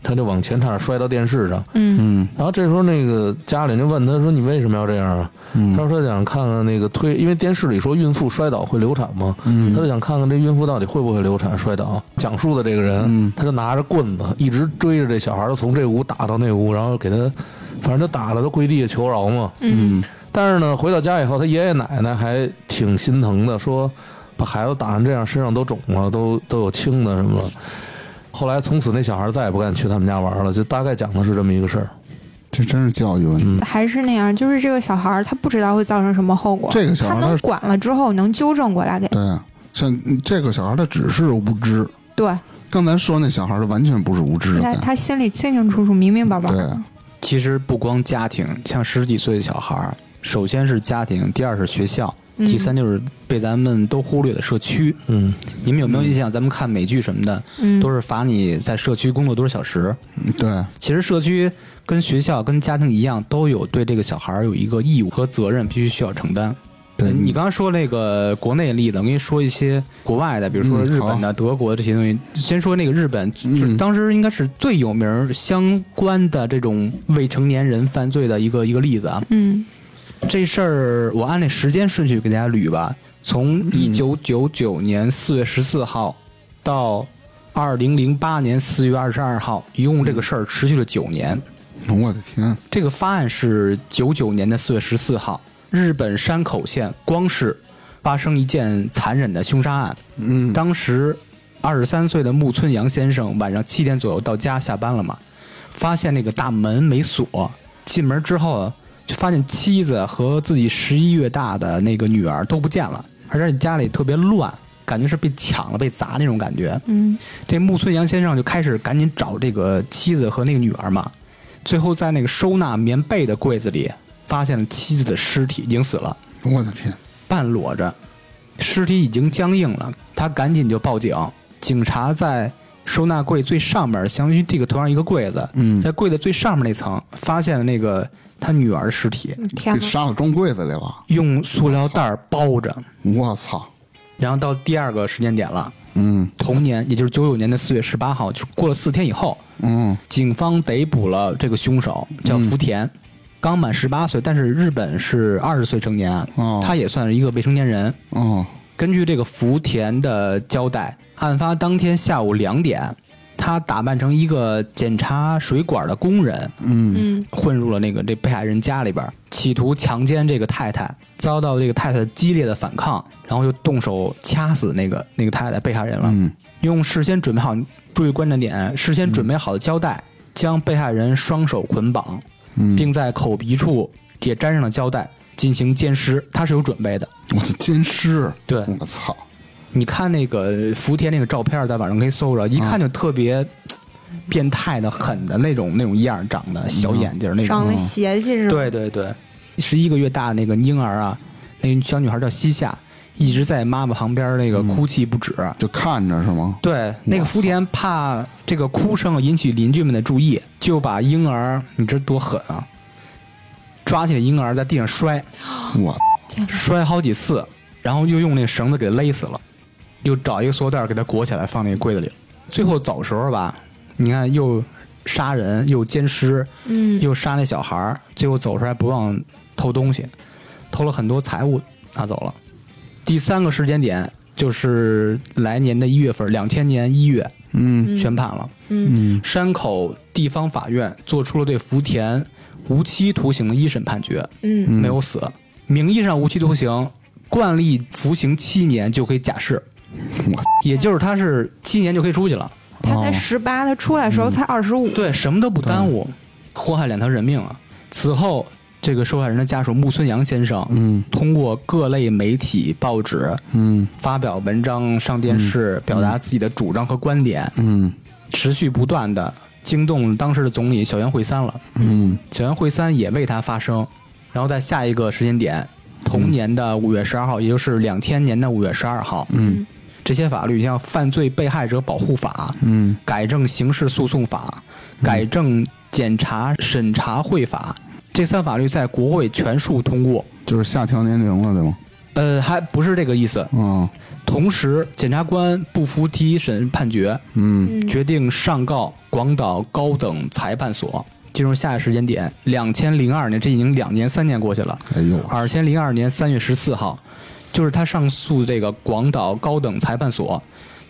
他就往前差点摔到电视上。嗯嗯然后这时候那个家里人就问他说：“你为什么要这样啊？”嗯他说：“他想看看那个推，因为电视里说孕妇摔倒会流产嘛，嗯他就想看看这孕妇到底会不会流产摔倒。”讲述的这个人，嗯他就拿着棍子一直追着这小孩儿，从这屋打到那屋，然后给他，反正就打了，都跪地下求饶嘛。嗯，嗯但是呢，回到家以后，他爷爷奶奶还挺心疼的，说把孩子打成这样，身上都肿了，都都有青的什么了。后来从此那小孩再也不敢去他们家玩了，就大概讲的是这么一个事儿。这真是教育问题。还是那样，就是这个小孩儿他不知道会造成什么后果，这个小孩他儿能他管了之后能纠正过来给对，啊像这个小孩他只是无知，对，刚才说那小孩他完全不是无知的他，他心里清清楚楚、明明白白。对，其实不光家庭，像十几岁的小孩儿，首先是家庭，第二是学校，嗯第三就是被咱们都忽略的社区。嗯，你们有没有印象？咱们看美剧什么的，嗯，都是罚你在社区工作多少小时。对，其实社区跟学校、跟家庭一样，都有对这个小孩儿有一个义务和责任，必须需要承担。对嗯你刚刚说那个国内例子，我跟你说一些国外的，比如说嗯日本的、德国的这些东西。先说那个日本，就嗯是当时应该是最有名儿相关的这种未成年人犯罪的一个一个例子啊。嗯这事儿我按那时间顺序给大家捋吧，从嗯一九九九年四月十四号到二零零八年四月二十二号，一共嗯这个事儿持续了九年。我的天，这个发案是九九年的四月十四号，日本山口县光市发生一件残忍的凶杀案。嗯，当时二十三岁的木村洋先生晚上七点左右到家下班了嘛，发现那个大门没锁，进门之后啊就发现妻子和自己十一月大的那个女儿都不见了，而且家里特别乱，感觉是被抢了、被砸那种感觉。嗯这木村洋先生就开始赶紧找这个妻子和那个女儿嘛，最后在那个收纳棉被的柜子里发现了妻子的尸体，已经死了，我的天，半裸着，尸体已经僵硬了。他赶紧就报警，警察在收纳柜最上面，相当于这个同样一个柜子，嗯，在柜子最上面那层发现了那个他女儿的尸体，天给哪！杀了装柜子里了，用塑料袋儿包着。我操，然后到第二个时间点了，嗯同年，也就是九九年的四月十八号，就过了四天以后，嗯，警方逮捕了这个凶手，叫福田，刚满十八岁，但是日本是二十岁成年，哦他也算是一个未成年人。哦，根据这个福田的交代，案发当天下午两点，他打扮成一个检查水管的工人，嗯嗯混入了那个这被害人家里边，企图强奸这个太太，遭到这个太太激烈的反抗，然后就动手掐死那个那个太太被害人了。嗯用事先准备好，注意观察点，事先准备好的胶带将被害人双手捆绑，嗯，并在口鼻处也粘上了胶带进行奸尸，他是有准备的。我的奸尸，对我操，你看那个福田那个照片，在网上可以搜着，一看就特别嘖嗯变态的、狠的那种那种样儿，长得小眼睛儿那嗯长种嗯嗯得。邪气是吧？对对对，十一个月大那个婴儿啊，那小女孩叫西夏，一直在妈妈旁边那嗯个哭泣不止。就看着是吗？对，那个福田怕这个哭声引起邻居们的注意，就把婴儿，你这多狠啊！抓起了婴儿在地上摔，我摔好几次，然后又用那绳子给勒死了，又找一个塑料袋给他裹起来放那个柜子里。最后走时候吧，你看又杀人又奸尸，嗯又杀那小孩儿，最后走出来不忘偷东西，偷了很多财物拿走了。第三个时间点就是来年的一月份，两千年一月嗯宣判了。嗯山口地方法院做出了对福田无期徒刑的一审判决，嗯没有死，名义上无期徒刑，惯例服刑七年就可以假释，我也就是他是七年就可以出去了，他哦才十八，他出来的时嗯候才二十五。对，什么都不耽误，祸害两条人命啊！此后，这个受害人的家属木村阳先生，嗯通过各类媒体、报纸嗯发表文章、上电视，表达自己的主张和观点，嗯持续不断的惊动当时的总理小渊惠三了。嗯小渊惠三也为他发声，然后在下一个时间点，同年的五月十二号，也就是两千年的五月十二号，嗯这些法律像《犯罪被害者保护法》、嗯《改正刑事诉讼法》、《改正检察审查会法》这三法律在国会全数通过。就是下调年龄了，对吗？呃，还不是这个意思。啊，同时，检察官不服第一审判决，嗯嗯决定上告广岛高等裁判所。进入下一时间点，两千零二年，这已经两年三年过去了。哎呦，二千零二年三月十四号，就是他上诉这个广岛高等裁判所，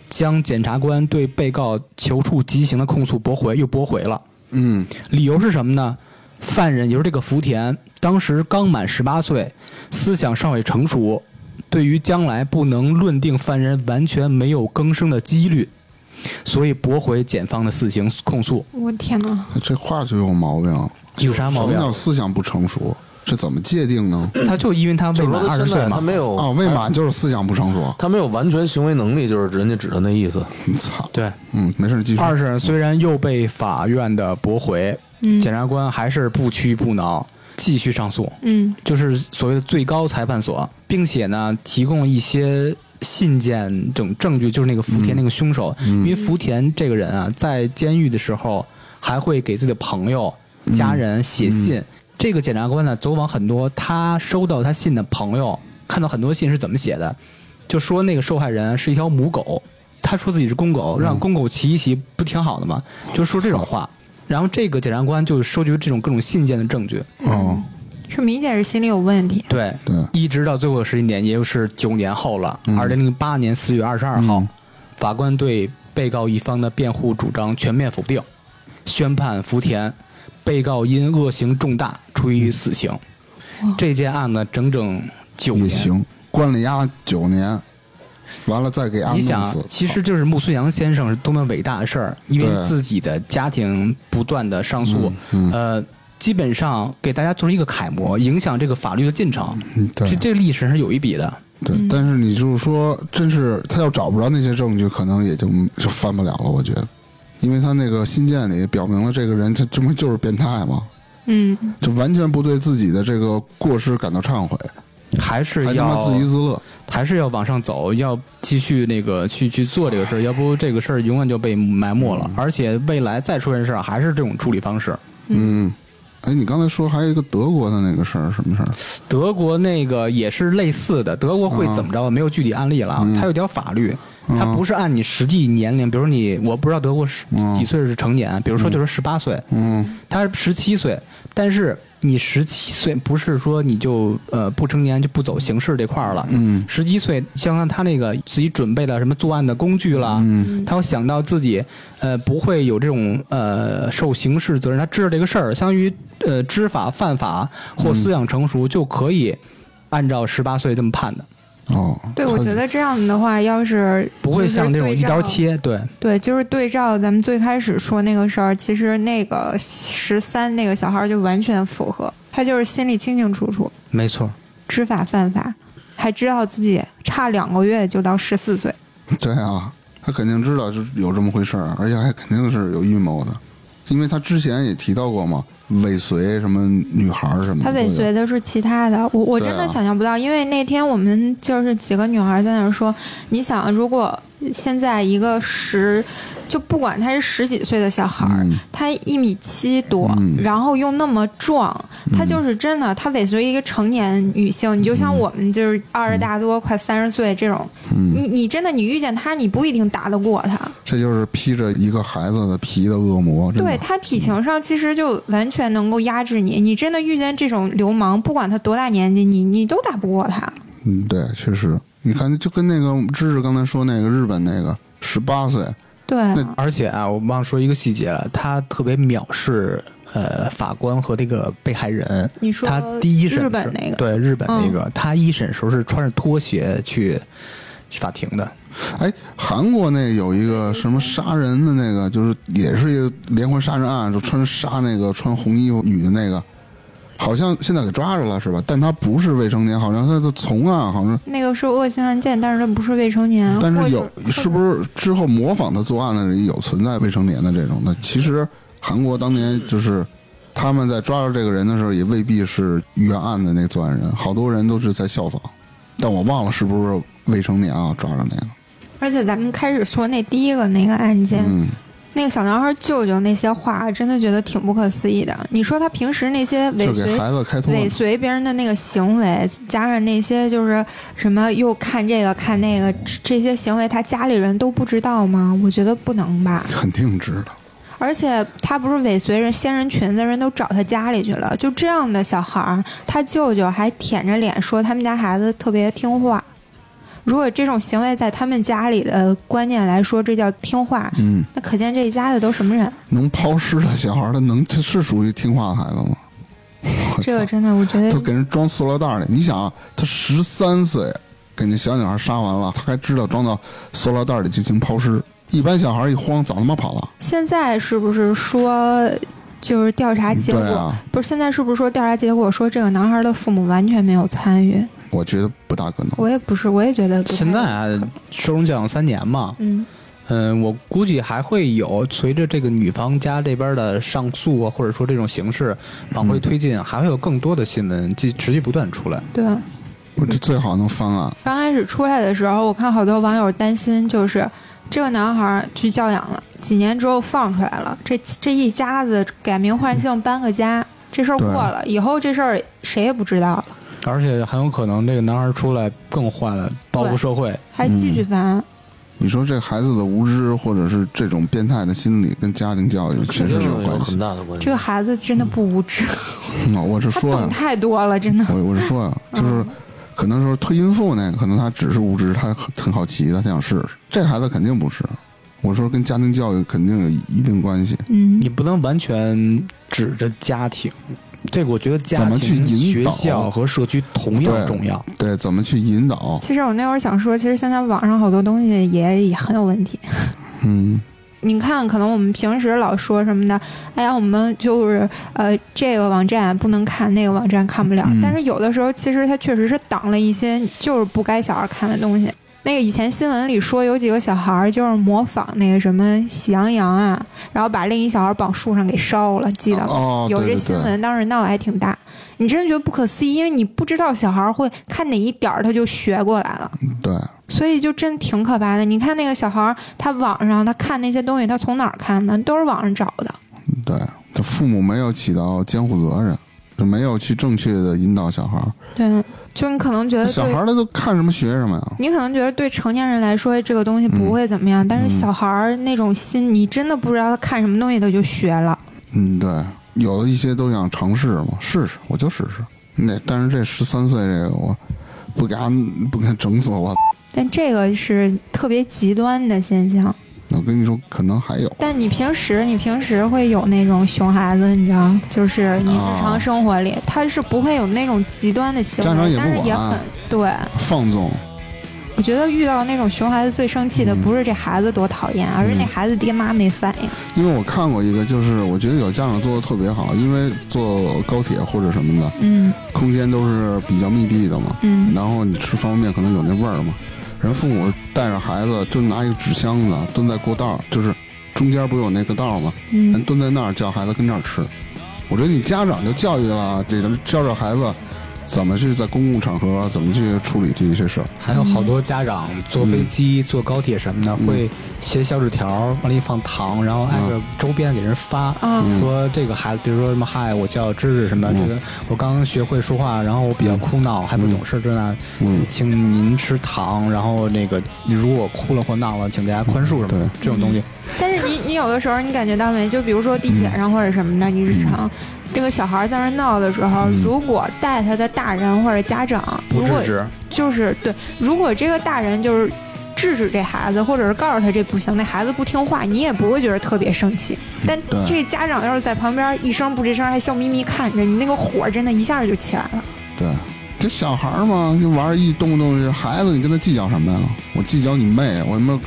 将检察官对被告求处极刑的控诉驳回，又驳回了。嗯理由是什么呢？犯人，也就是这个福田，当时刚满十八岁，思想尚未成熟，对于将来不能论定犯人完全没有更生的几率，所以驳回检方的死刑控诉。我天哪！这话就有毛病。有啥毛病什么叫思想不成熟？这怎么界定呢？他就因为他未就是满哦说二他十现岁在他嘛，没有啊，未满就是思想不成熟。他没有完全行为能力，就是人家指的那意思。操，对。嗯，没事，你继续。二审虽然又被法院的驳回，嗯检察官还是不屈不挠，继续上诉。嗯就是所谓的最高裁判所，并且呢提供了一些信件等证据，就是那个福田那个凶手，因为福田这个人啊，在监狱的时候还会给自己的朋友、家人写信。这个检察官呢，走访很多他收到他信的朋友，看到很多信是怎么写的，就说那个受害人是一条母狗，他说自己是公狗，让公狗骑一骑不挺好的吗？就说这种话。然后这个检察官就收集这种各种信件的证据，哦，是明显是心理有问题。对对一直到最后的时间点，也就是九年后了，二零零八年四月二十二号，嗯法官对被告一方的辩护主张全面否定，宣判福田被告因恶行重大处以死刑。这件案子整整九嗯也年。行，关了丫九年，完了再给丫你弄想啊死，。其实就是穆孙阳先生是多么伟大的事儿，因为对自己的家庭不断的上诉，嗯嗯呃，基本上给大家做成一个楷模，影响这个法律的进程。嗯对这这个历史是有一笔的。对，嗯但是你就是说，真是他要找不着那些证据，可能也就就翻不了了。我觉得，因为他那个信件里表明了这个人，他这不就是变态吗？嗯，就完全不对自己的这个过失感到忏悔，还是还他妈要自娱自乐。还是要往上走，要继续那个去去做这个事儿，要不这个事儿永远就被埋没了。而且未来再出现事儿，还是这种处理方式。嗯，哎，你刚才说还有一个德国的那个事儿，什么事儿？德国那个也是类似的，德国会嗯怎么着？没有具体案例了啊，它有条法律，它不是按你实际年龄，比如你我不知道德国是嗯几岁是成年，比如说就是十八岁，嗯他是十七岁，但是你十七岁不是说你就呃不成年就不走刑事这块儿了，嗯十七岁，像他那个自己准备了什么作案的工具啦，嗯他会想到自己呃不会有这种呃受刑事责任，他知道这个事儿，相当于呃知法犯法嗯或思想成熟就可以按照十八岁这么判的，哦，对，他我觉得这样的话，要是不会像这种一刀切。切。对，对，就是对照咱们最开始说那个事儿，其实那个十三那个小孩儿就完全符合，他就是心里清清楚楚，没错。知法犯法，还知道自己差两个月就到十四岁。对啊，他肯定知道就是有这么回事儿，而且还肯定是有预谋的。因为他之前也提到过嘛，尾随什么女孩儿什么的，他尾随的是其他的，我我真对啊的想象不到，因为那天我们就是几个女孩在那儿说，你想，如果现在一个十，就不管他是十几岁的小孩儿，嗯他一米七多，嗯然后又那么壮，他就是真的，他尾随一个成年女性，你就像嗯我们就是二十大多、快三十岁这种，你你真的你遇见他，你不一定打得过他，这就是披着一个孩子的皮的恶魔，真的对他体型上其实就完全能够压制嗯你。你真的遇见这种流氓，不管他多大年纪，你你都打不过他。嗯，对，确实，你看，就跟那个芝芝刚才说那个日本那个十八岁，对啊，那而且啊，我忘说一个细节了，他特别藐视呃法官和那个被害人。你说他第一审日本时那个，对日本那嗯个，他一审时候是穿着拖鞋去法庭的。哎，韩国那有一个什么杀人的那个，就是也是一个连环杀人案，就穿杀那个穿红衣服女的那个，好像现在给抓着了是吧？但她不是未成年，好像她的从案，好像，那个是恶性案件，但是他不是未成年，嗯但或是者有是不是之后模仿她作案的人有存在未成年的这种的？其实韩国当年就是。他们在抓着这个人的时候，也未必是原案的那作案人，好多人都是在效仿，但我忘了是不是未成年啊？抓着那个，而且咱们开始说那第一个那个案件，嗯，那个小男孩舅舅那些话，真的觉得挺不可思议的。你说他平时那些尾就给随孩子开脱了尾随别人的那个行为，加上那些就是什么又看这个看那个这这些行为，他家里人都不知道吗？我觉得不能吧。 *laughs* 肯定知道。而且他不是尾随人掀人裙子，人都找他家里去了。就这样的小孩儿，他舅舅还舔着脸说他们家孩子特别听话。如果这种行为在他们家里的观念来说，这叫听话，嗯，那可见这一家子都什么人？能抛尸的小孩儿，他能他是属于听话的孩子吗？ *laughs* 我这个操真的，我觉得他给人装塑料袋儿里，你想啊，他十三岁给那小女孩杀完了，他还知道装到塑料袋儿里进行抛尸。一般小孩儿一慌，早他妈跑了。现在是不是说就是调查结果？对啊，不是现在是不是说调查结果说这个男孩的父母完全没有参与？我觉得不大可能。我也不是，我也觉得不太现在啊，收容教养三年嘛，嗯，嗯，我估计还会有随着这个女方家这边的上诉啊，或者说这种形式往回推进，还会有更多的新闻继持续不断出来。对。啊我这最好能翻案。刚开始出来的时候，我看好多网友担心，就是这个男孩去教养了，几年之后放出来了，这这一家子改名换姓搬个家，这事儿过了，以后这事儿谁也不知道了，而且很有可能这个男孩出来更坏了，报复社会。还继嗯续烦。你说这孩子的无知，或者是这种变态的心理，跟家庭教育确实肯定是有有关很系。大的关系。这个孩子真的不无知，嗯 *laughs* 我是他说呀、懂嗯太多了，真的。我我是说呀、就是可能说推孕妇那个，可能她只是无知，她很很好奇，她想试试。这孩子肯定不是，我说跟家庭教育肯定有一定关系。嗯你，不能完全指着家庭，这个我觉得家怎么去庭、引学导校和社区同样对重要。对，怎么去引导？其实我那会儿想说，其实现在网上好多东西也也很有问题。嗯，你看，可能我们平时老说什么的，哎呀，我们就是呃，这个网站不能看，那个网站看不了。嗯但是有的时候，其实它确实是挡了一些就是不该小孩看的东西。那个以前新闻里说，有几个小孩儿就是模仿那个什么喜羊羊啊，然后把另一小孩绑树上给烧了，记得吗？哦，有这对对新对，闻，当时闹得还挺大。你真的觉得不可思议，因为你不知道小孩儿会看哪一点儿，他就学过来了。对，所以就真挺可怕的。你看那个小孩儿，他网上他看那些东西，他从哪儿看的？都是网上找的。对，他父母没有起到监护责任，就没有去正确的引导小孩儿，对，就你可能觉得小孩呃对，儿他都看什么学什么呀？你可能觉得对成年人来说这个东西不会怎么样，嗯但是小孩儿那种心，你真的不知道他看什么东西，他就学了。嗯，对，有的一些都想尝试嘛，试试，我就试试。那但是这十三岁这个，我不给俺不给俺整死我，但这个是特别极端的现象。我跟你说，可能还有。但你平时，你平时会有那种熊孩子，你知道，就是你日常生活里，他是不会有那种极端的行哦家长为，也不但是也管很对。放纵，我觉得遇到那种熊孩子最生气的嗯不是这孩子多讨厌，啊嗯而是那孩子爹妈没反应。因为我看过一个，就是我觉得有家长做的特别好，因为坐高铁或者什么的，嗯空间都是比较密闭的嘛，嗯，然后你吃方便面可能有那味儿嘛，人父母带着孩子就拿一个纸箱子蹲在过道儿，就是中间不有那个道吗？嗯嗯人蹲在那儿叫孩子跟这儿吃。我觉得你家长就教育了，这个教教孩子怎么去在公共场合怎么去处理这些事儿。还有好多家长坐飞机、坐高铁什么的，会写小纸条，往里放糖，然后挨着周边给人发，嗯啊说这个孩子，比如说什么嗨，我叫芝芝什么，这个我刚刚学会说话，然后我比较哭闹，还不懂事，这那，嗯请您吃糖，然后那个你如果哭了或闹了，请大家宽恕什么的对，这种东西。但是你你有的时候你感觉到没？就比如说地嗯铁上或者什么的，你日常这个小孩在那儿闹的时候，如果带他的大人或者家长，嗯不如制果止，就是对，如果这个大人就是制止这孩子，或者是告诉他这不行，那孩子不听话，你也不会觉得特别生气。嗯但对这家长要是在旁边一声不吱声，还笑眯眯看着你，那个火真的一下就起来了。对，这小孩儿嘛，就玩儿一动不动就孩子，你跟他计较什么呀？我计较你妹！我他妈，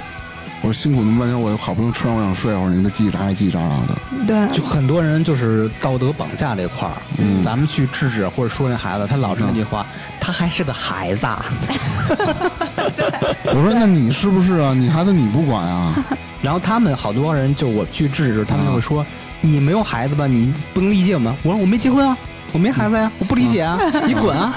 我辛苦那么半天，我好不容易吃完，我想睡会儿，你跟他叽叽喳喳叽叽喳喳啊的。对，就很多人就是道德绑架这块儿，咱们去制止或者说人孩子，他老是那句话，他还是个孩子啊， *laughs* 我说那你是不是啊？你孩子你不管啊？然后他们好多人就我去制止，他们就会说：“你没有孩子吧？你不能理解我们。”我说：“我没结婚啊，我没孩子呀、我不理解啊， *laughs* 你滚啊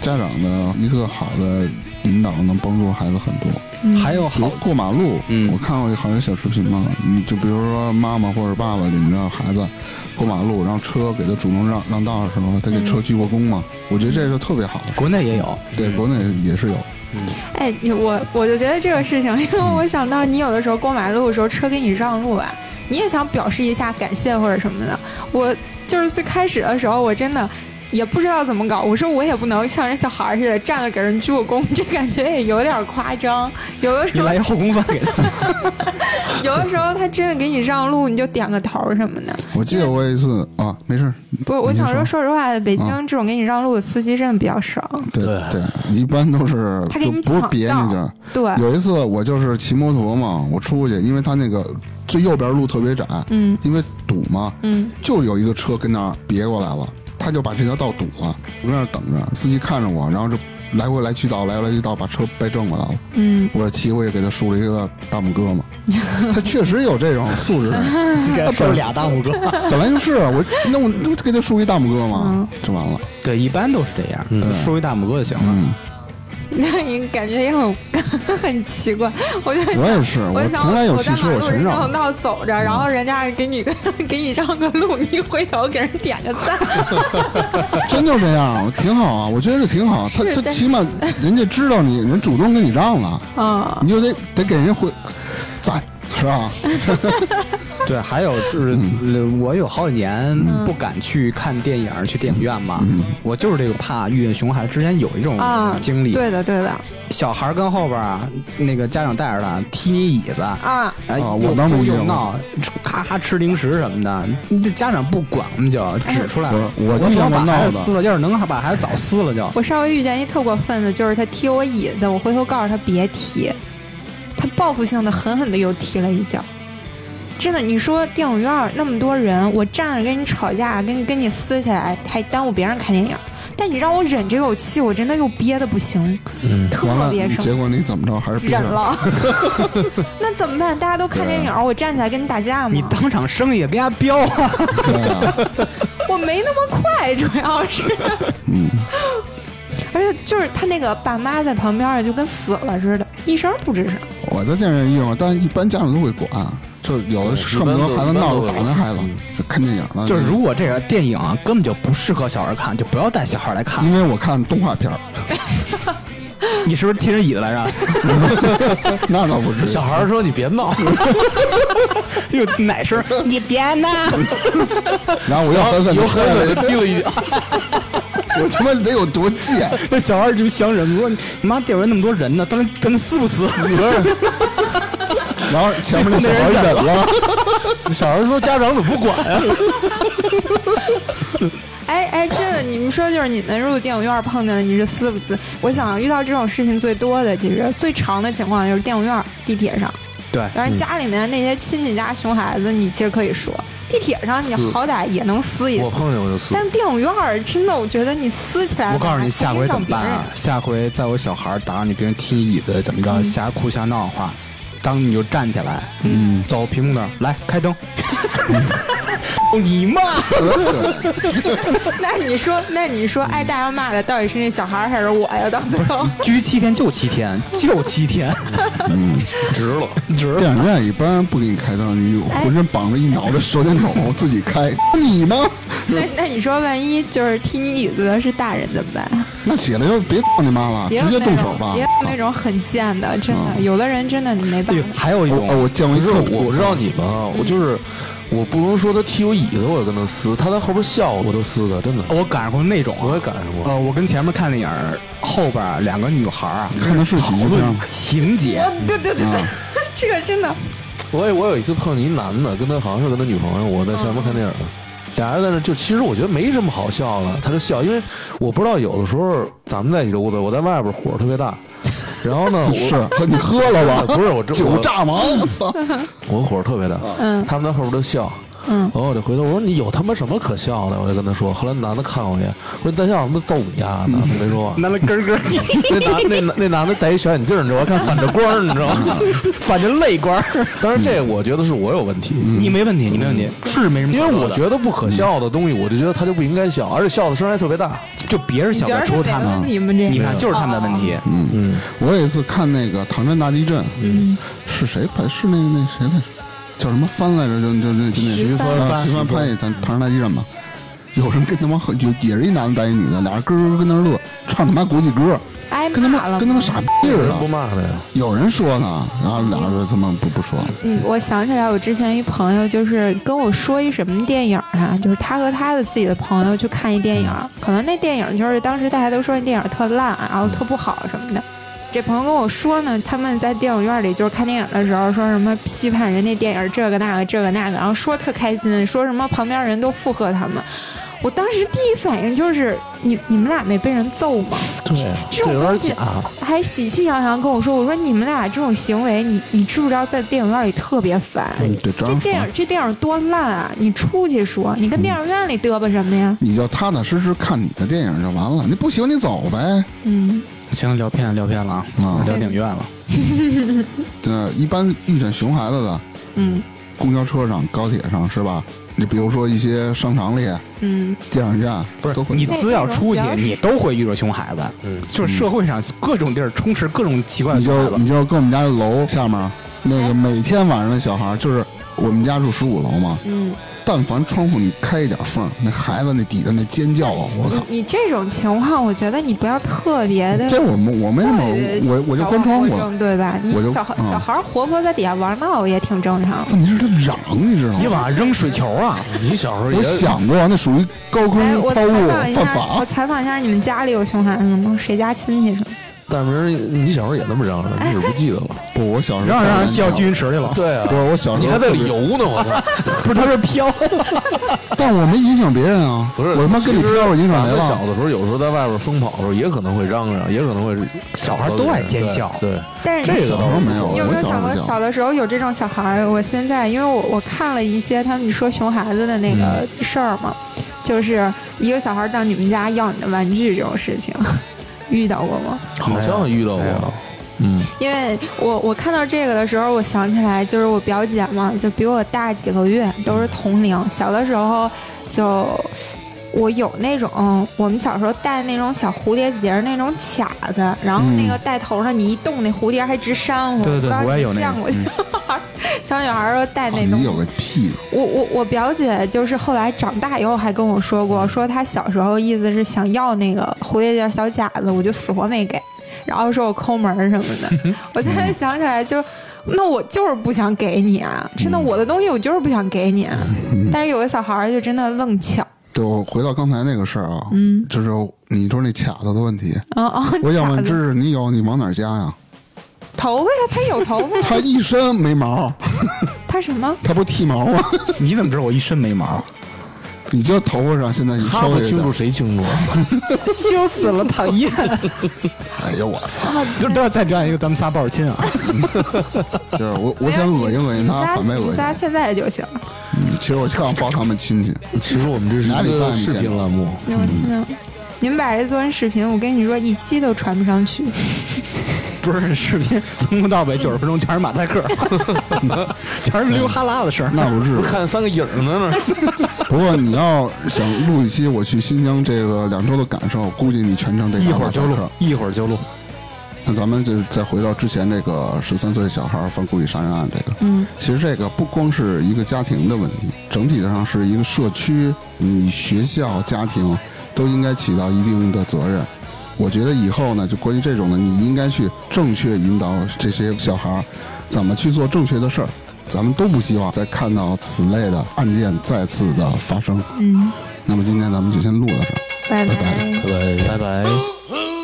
家长的一个好的引导能帮助孩子很多。！”还有比如好，过马路，嗯我看过一好些小视频嘛，你就比如说妈妈或者爸爸领着孩子过马路，然后车给他主动让让道的时候，他给车鞠过躬嘛，嗯我觉得这是特别好的事儿。国内也有，对，国内也是有，哎，你我我就觉得这个事情，因 *laughs* 为我想到你有的时候过马路的时候车给你让路吧，你也想表示一下感谢或者什么的。我就是最开始的时候，我真的也不知道怎么搞，我说我也不能像人小孩儿似的站着给人鞠个躬，这感觉也有点夸张。有的你时候来一，后空翻给他。有的时候他真的给你让路，你就点个头什么的。我记得我有一次啊，没事儿，不是，我你想先说，说说实话，北京嗯啊这种给你让路的司机真的比较少。对对对，一般都是他给就你不是抢别道那家。对，啊有一次我就是骑摩托嘛，我出去，因为他那个最右边路特别窄，嗯因为堵嘛，嗯，就有一个车跟那儿别过来了，他就把这条道堵了，我在那儿等着，司机看着我，然后就来回来去倒，来回来去倒，把车掰正过来了。嗯， *laughs* 我骑过去给他竖了一个大拇哥嘛，他确实有这种素质，给说俩大拇哥，本来就是我，那我那我就给他竖一大拇哥嗯嘛，就完了。 *laughs* 对，一般都是这样，嗯说一大拇哥就行了。嗯，那你感觉也很 *laughs* 很奇怪，我就我也是，我嗯我就想从来有我汽在车马我路全人让 *laughs* 行。道走嗯着，然后人家给你个 *laughs* 给你让个路， *laughs* 你一回头给人点个 *laughs* 赞，真就这样，挺好啊，我觉得这挺好。他是他但起码人家知道你，人主动跟你让了，啊，你就得得给人家回赞，是吧？对，还有就是、我有好几年不敢去看电影、去电影院嘛，我就是这个怕遇见熊孩子。之前有一种啊经历，对的对的小孩儿跟后边儿啊，那个家长带着他踢你椅子，啊，哎，啊又我当时哭也又有闹，咔咔吃零食什么的，你这家长不管我们就指出来不是了。我我遇只要见过把闹孩的子撕了，要是能把孩子早撕了就。 *laughs* 我稍微遇见一特过分的，就是他踢我椅子，我回头告诉他别踢，他报复性的狠狠的又踢了一脚。真的，你说电影院儿那么多人，我站着跟你吵架，跟跟你撕起来，还耽误别人看电影。但你让我忍这口气，我真的又憋得不行，嗯完特了别，生气结。果你怎么着还是憋忍着。了， *laughs* 那怎么办？大家都看电影儿，我站起来跟你打架你吗？当场生也给他飙啊！对啊，我没那么快，主要 *laughs* 是，嗯而且就是他那个爸妈在旁边儿就跟死了似的，一声儿不吱声。我在电影院遇过，但是一般家长都会管，就有的对恨不得一般都孩子闹着一般都会嗯打那孩子，就看电影 *laughs* 了。就是如果这个电影啊根本就不适合小孩看，就不要带小孩来看因。为我看动画片儿，你是不是踢人椅子来 *laughs* 着？那倒 *laughs* 不至于。小孩儿说你别闹，又哎奶声，你别闹！然后我要狠狠 *laughs* 有的狠狠 *laughs* *laughs* 的逼了一句，我他妈得有多贱？那 *laughs* 小孩就想忍不住，你妈电影院那么多人呢，当时跟他撕不撕？然后前 *laughs* 面那小孩儿忍了，小孩儿说家长怎么不管啊？哎哎，真 *laughs* 的，你们说就是你们入电影院碰见的，你是撕不撕？我想遇到这种事情最多的，其实最长的情况就是电影院、地铁上。对当然家里面那些亲戚家熊孩子，你其实可以说，地铁上你好歹也能撕一撕我。碰见我就撕。但电影院儿真的，我觉得你撕起来，我告诉你，还下回怎么办还影响别人啊？嗯下回再有小孩打扰你，别人踢你椅子怎么着，瞎哭瞎闹的话，到当你就站起来，嗯，走屏幕那儿来开 *laughs* 灯，你妈！ *laughs* 那你说，那你说挨大家骂的到底是那小孩儿还是我呀？到最后，拘七天就七天，就七天，值了。 *laughs* 值了。 *laughs* 电影院一般不给你开灯，你浑身绑着一脑袋手电 *laughs* 筒自己开，你吗？那那你说，万一就是踢你椅子的是大人怎么办？那起来就别操你妈了，也有直接那种动手吧也有。那种很贱的，真的，有的人真的你没哎办呦法。还有一哦我种，我见过不一是，特我不知道你们啊，我就是我不能说他踢我椅子，我也跟他撕，他在后边笑我都撕的，真的，我赶上过那种啊，我也赶上过。呃，我跟前面看电影儿，后边儿两个女孩儿啊，嗯看的是喜讨剧片论吗情节，对对对对， *laughs* 这个真的，我也我有一次碰见一男的，跟他好像是跟他女朋友，我在前面看电影呢，俩人在那就其实我觉得没什么好笑的，他就笑，因为我不知道有的时候咱们在一个屋子，我在外边火特别大，然后呢我是喝你喝了吧？不是我这酒炸毛，*laughs* 我操！我火特别大，嗯他们在后边都笑。嗯然后我就回头我说你有他妈什么可笑的？我就跟他说。后来男的看我一眼，我说你再笑我他妈揍你丫的！他没说话。男的咯咯， *laughs* 那男那男那男的戴一小眼镜，你知道吗？看反着光儿，你知道吗？反正泪光儿。 *laughs* 当然这我觉得是我有问题，你没问题，你没问题，是没什么嗯因可为说的。我觉得不可笑的东西，我就觉得他就不应该笑，而且笑的声还特别大。得就别人你想觉的，得除了是他没们问，题吗？这你看个哦就是他们的问题。嗯，我有一次看那个唐山大地震，嗯是谁拍？是那个那谁来着？叫什么帆来着？就就那就那徐帆啊徐帆拍一咱唐山大地震嘛。有人跟他妈喝，有也是一男的带一女的，俩人咯咯咯跟那儿乐，唱他妈国际歌，挨跟他骂妈了跟他妈吗？傻逼似有人不的。骂他呀？有人说呢，然后俩人说他妈不不说了。嗯，我想起来，我之前一朋友就是跟我说一什么电影啊，就是他和他的自己的朋友去看一电影，可能那电影就是当时大家都说那电影特烂，啊然后特不好什么的。这朋友跟我说呢，他们在电影院里就是看电影的时候，说什么批判人家电影这个那个这个那个，然后说特开心，说什么旁边人都附和他们。我当时第一反应就是，你你们俩没被人揍吗？对，这这种有点东西假。还喜气洋洋跟我说：“我说你们俩这种行为，你你知不知道在电影院里特别烦？嗯对哎这真烦电影这电影多烂啊！你出去说，你嗯跟电影院里嘚吧什么呀？你就踏踏实实看你的电影就完了，你不喜欢你走呗。嗯，行，聊偏了，聊偏了啊啊，聊电影院了。对，一般遇见熊孩子的，嗯，公交车上、高铁上是吧？你比如说一些商场里、嗯，电影院，不都是会你只要出去那，种你都会遇着熊孩子。嗯就是社会上各种地儿充斥各种奇怪的你熊孩就子。你就跟我们家楼下面那哎个每天晚上的小孩儿，就是我们家住十五楼嘛，嗯，但凡窗户你开一点缝儿，那孩子那底下那尖叫啊，我靠！你你这种情况，我觉得你不要特别的。这我们我没什么，我我就关窗户啊了。对吧？你我就小孩嗯小孩活泼在底下玩闹也挺正常。问题是他嚷，你知道你往吗？上扔水球啊？你小时候也我想过，啊那属于高哎，空我抛采物访一犯下，我法。采访一下你们家里有熊孩子吗？谁家亲戚什么？大明，你小时候也那么嚷嚷，你只是不记得了。不，我小时候让让人掉去进。池去了。 *laughs* 对啊不是我小时候你还在特里别游呢，我 *laughs* 操！ *laughs* 不是他是飘。但我没影响别人啊，不是，我他妈跟你其实飘，我影响咱谁们了？小的时候，有时候在外边疯跑的时候，也可能会嚷嚷，也可能会 *laughs* 小孩都爱尖叫对，对但是这个小倒时候是不没有错你有没有想过我小时候小的时候有这种小孩儿？我现在因为我我看了一些他们说熊孩子的那个嗯事儿嘛，就是一个小孩儿到你们家要你的玩具这种事情， *laughs* 遇到过吗？好像遇到没有过。嗯，因为我我看到这个的时候，我想起来就是我表姐嘛，就比我大几个月，都是同龄。小的时候就我有那种我们小时候戴那种小蝴蝶结儿那种卡子，然后那个戴头上你一动，那蝴蝶还直扇我。嗯对对对不知道我也你有那见个嗯过小孩儿， *laughs* 小女孩儿都戴那哦你有种。个屁！我我我表姐就是后来长大以后还跟我说过，说她小时候意思是想要那个蝴蝶结儿小卡子，我就死活没给。然后说我抠门儿什么 *laughs* 的。我现在想起来就，那我就是不想给你啊！真的，嗯我的东西我就是不想给你啊、但是有的小孩儿就真的愣抢，对，我回到刚才那个事儿啊，嗯，就是你说那卡子的问题，啊啊！我想问卡知子识，你有你往哪儿加呀？，头发呀，他有头发他一身没毛，他什么？他不剃毛吗？ *laughs* 你怎么知道我一身没毛？你就头发上现在你他稍不微清楚，谁清楚？啊羞死了，讨厌！哎呦我操！ *laughs* 啊就都要再表演一个咱们仨抱着亲啊！ *laughs* 就是 *laughs* 我我想恶心恶心他，反被你们恶心仨。现在就行。嗯其实我就想抱他们亲戚，其实我们这是哪里一办个你视见频过栏目，嗯嗯你们听到？你们把这做成视频，我跟你说，一期都传不上去。不是视频从头到尾九十分钟全是马赛克， *laughs* 全是溜哈拉的事儿。那不至于。看三个影儿呢，不过你要想录一期我去新疆这个两周的感受，估计你全程得一打会儿就马赛录克，一会儿就录。那咱们就再回到之前这个十三岁小孩儿犯故意杀人案这个，嗯，其实这个不光是一个家庭的问题，整体上是一个社区、你学校、家庭都应该起到一定的责任。我觉得以后呢，就关于这种的，你应该去正确引导这些小孩儿怎么去做正确的事儿。咱们都不希望再看到此类的案件再次的发生。嗯，那么今天咱们就先录到这儿。拜拜拜拜拜拜。拜。 Who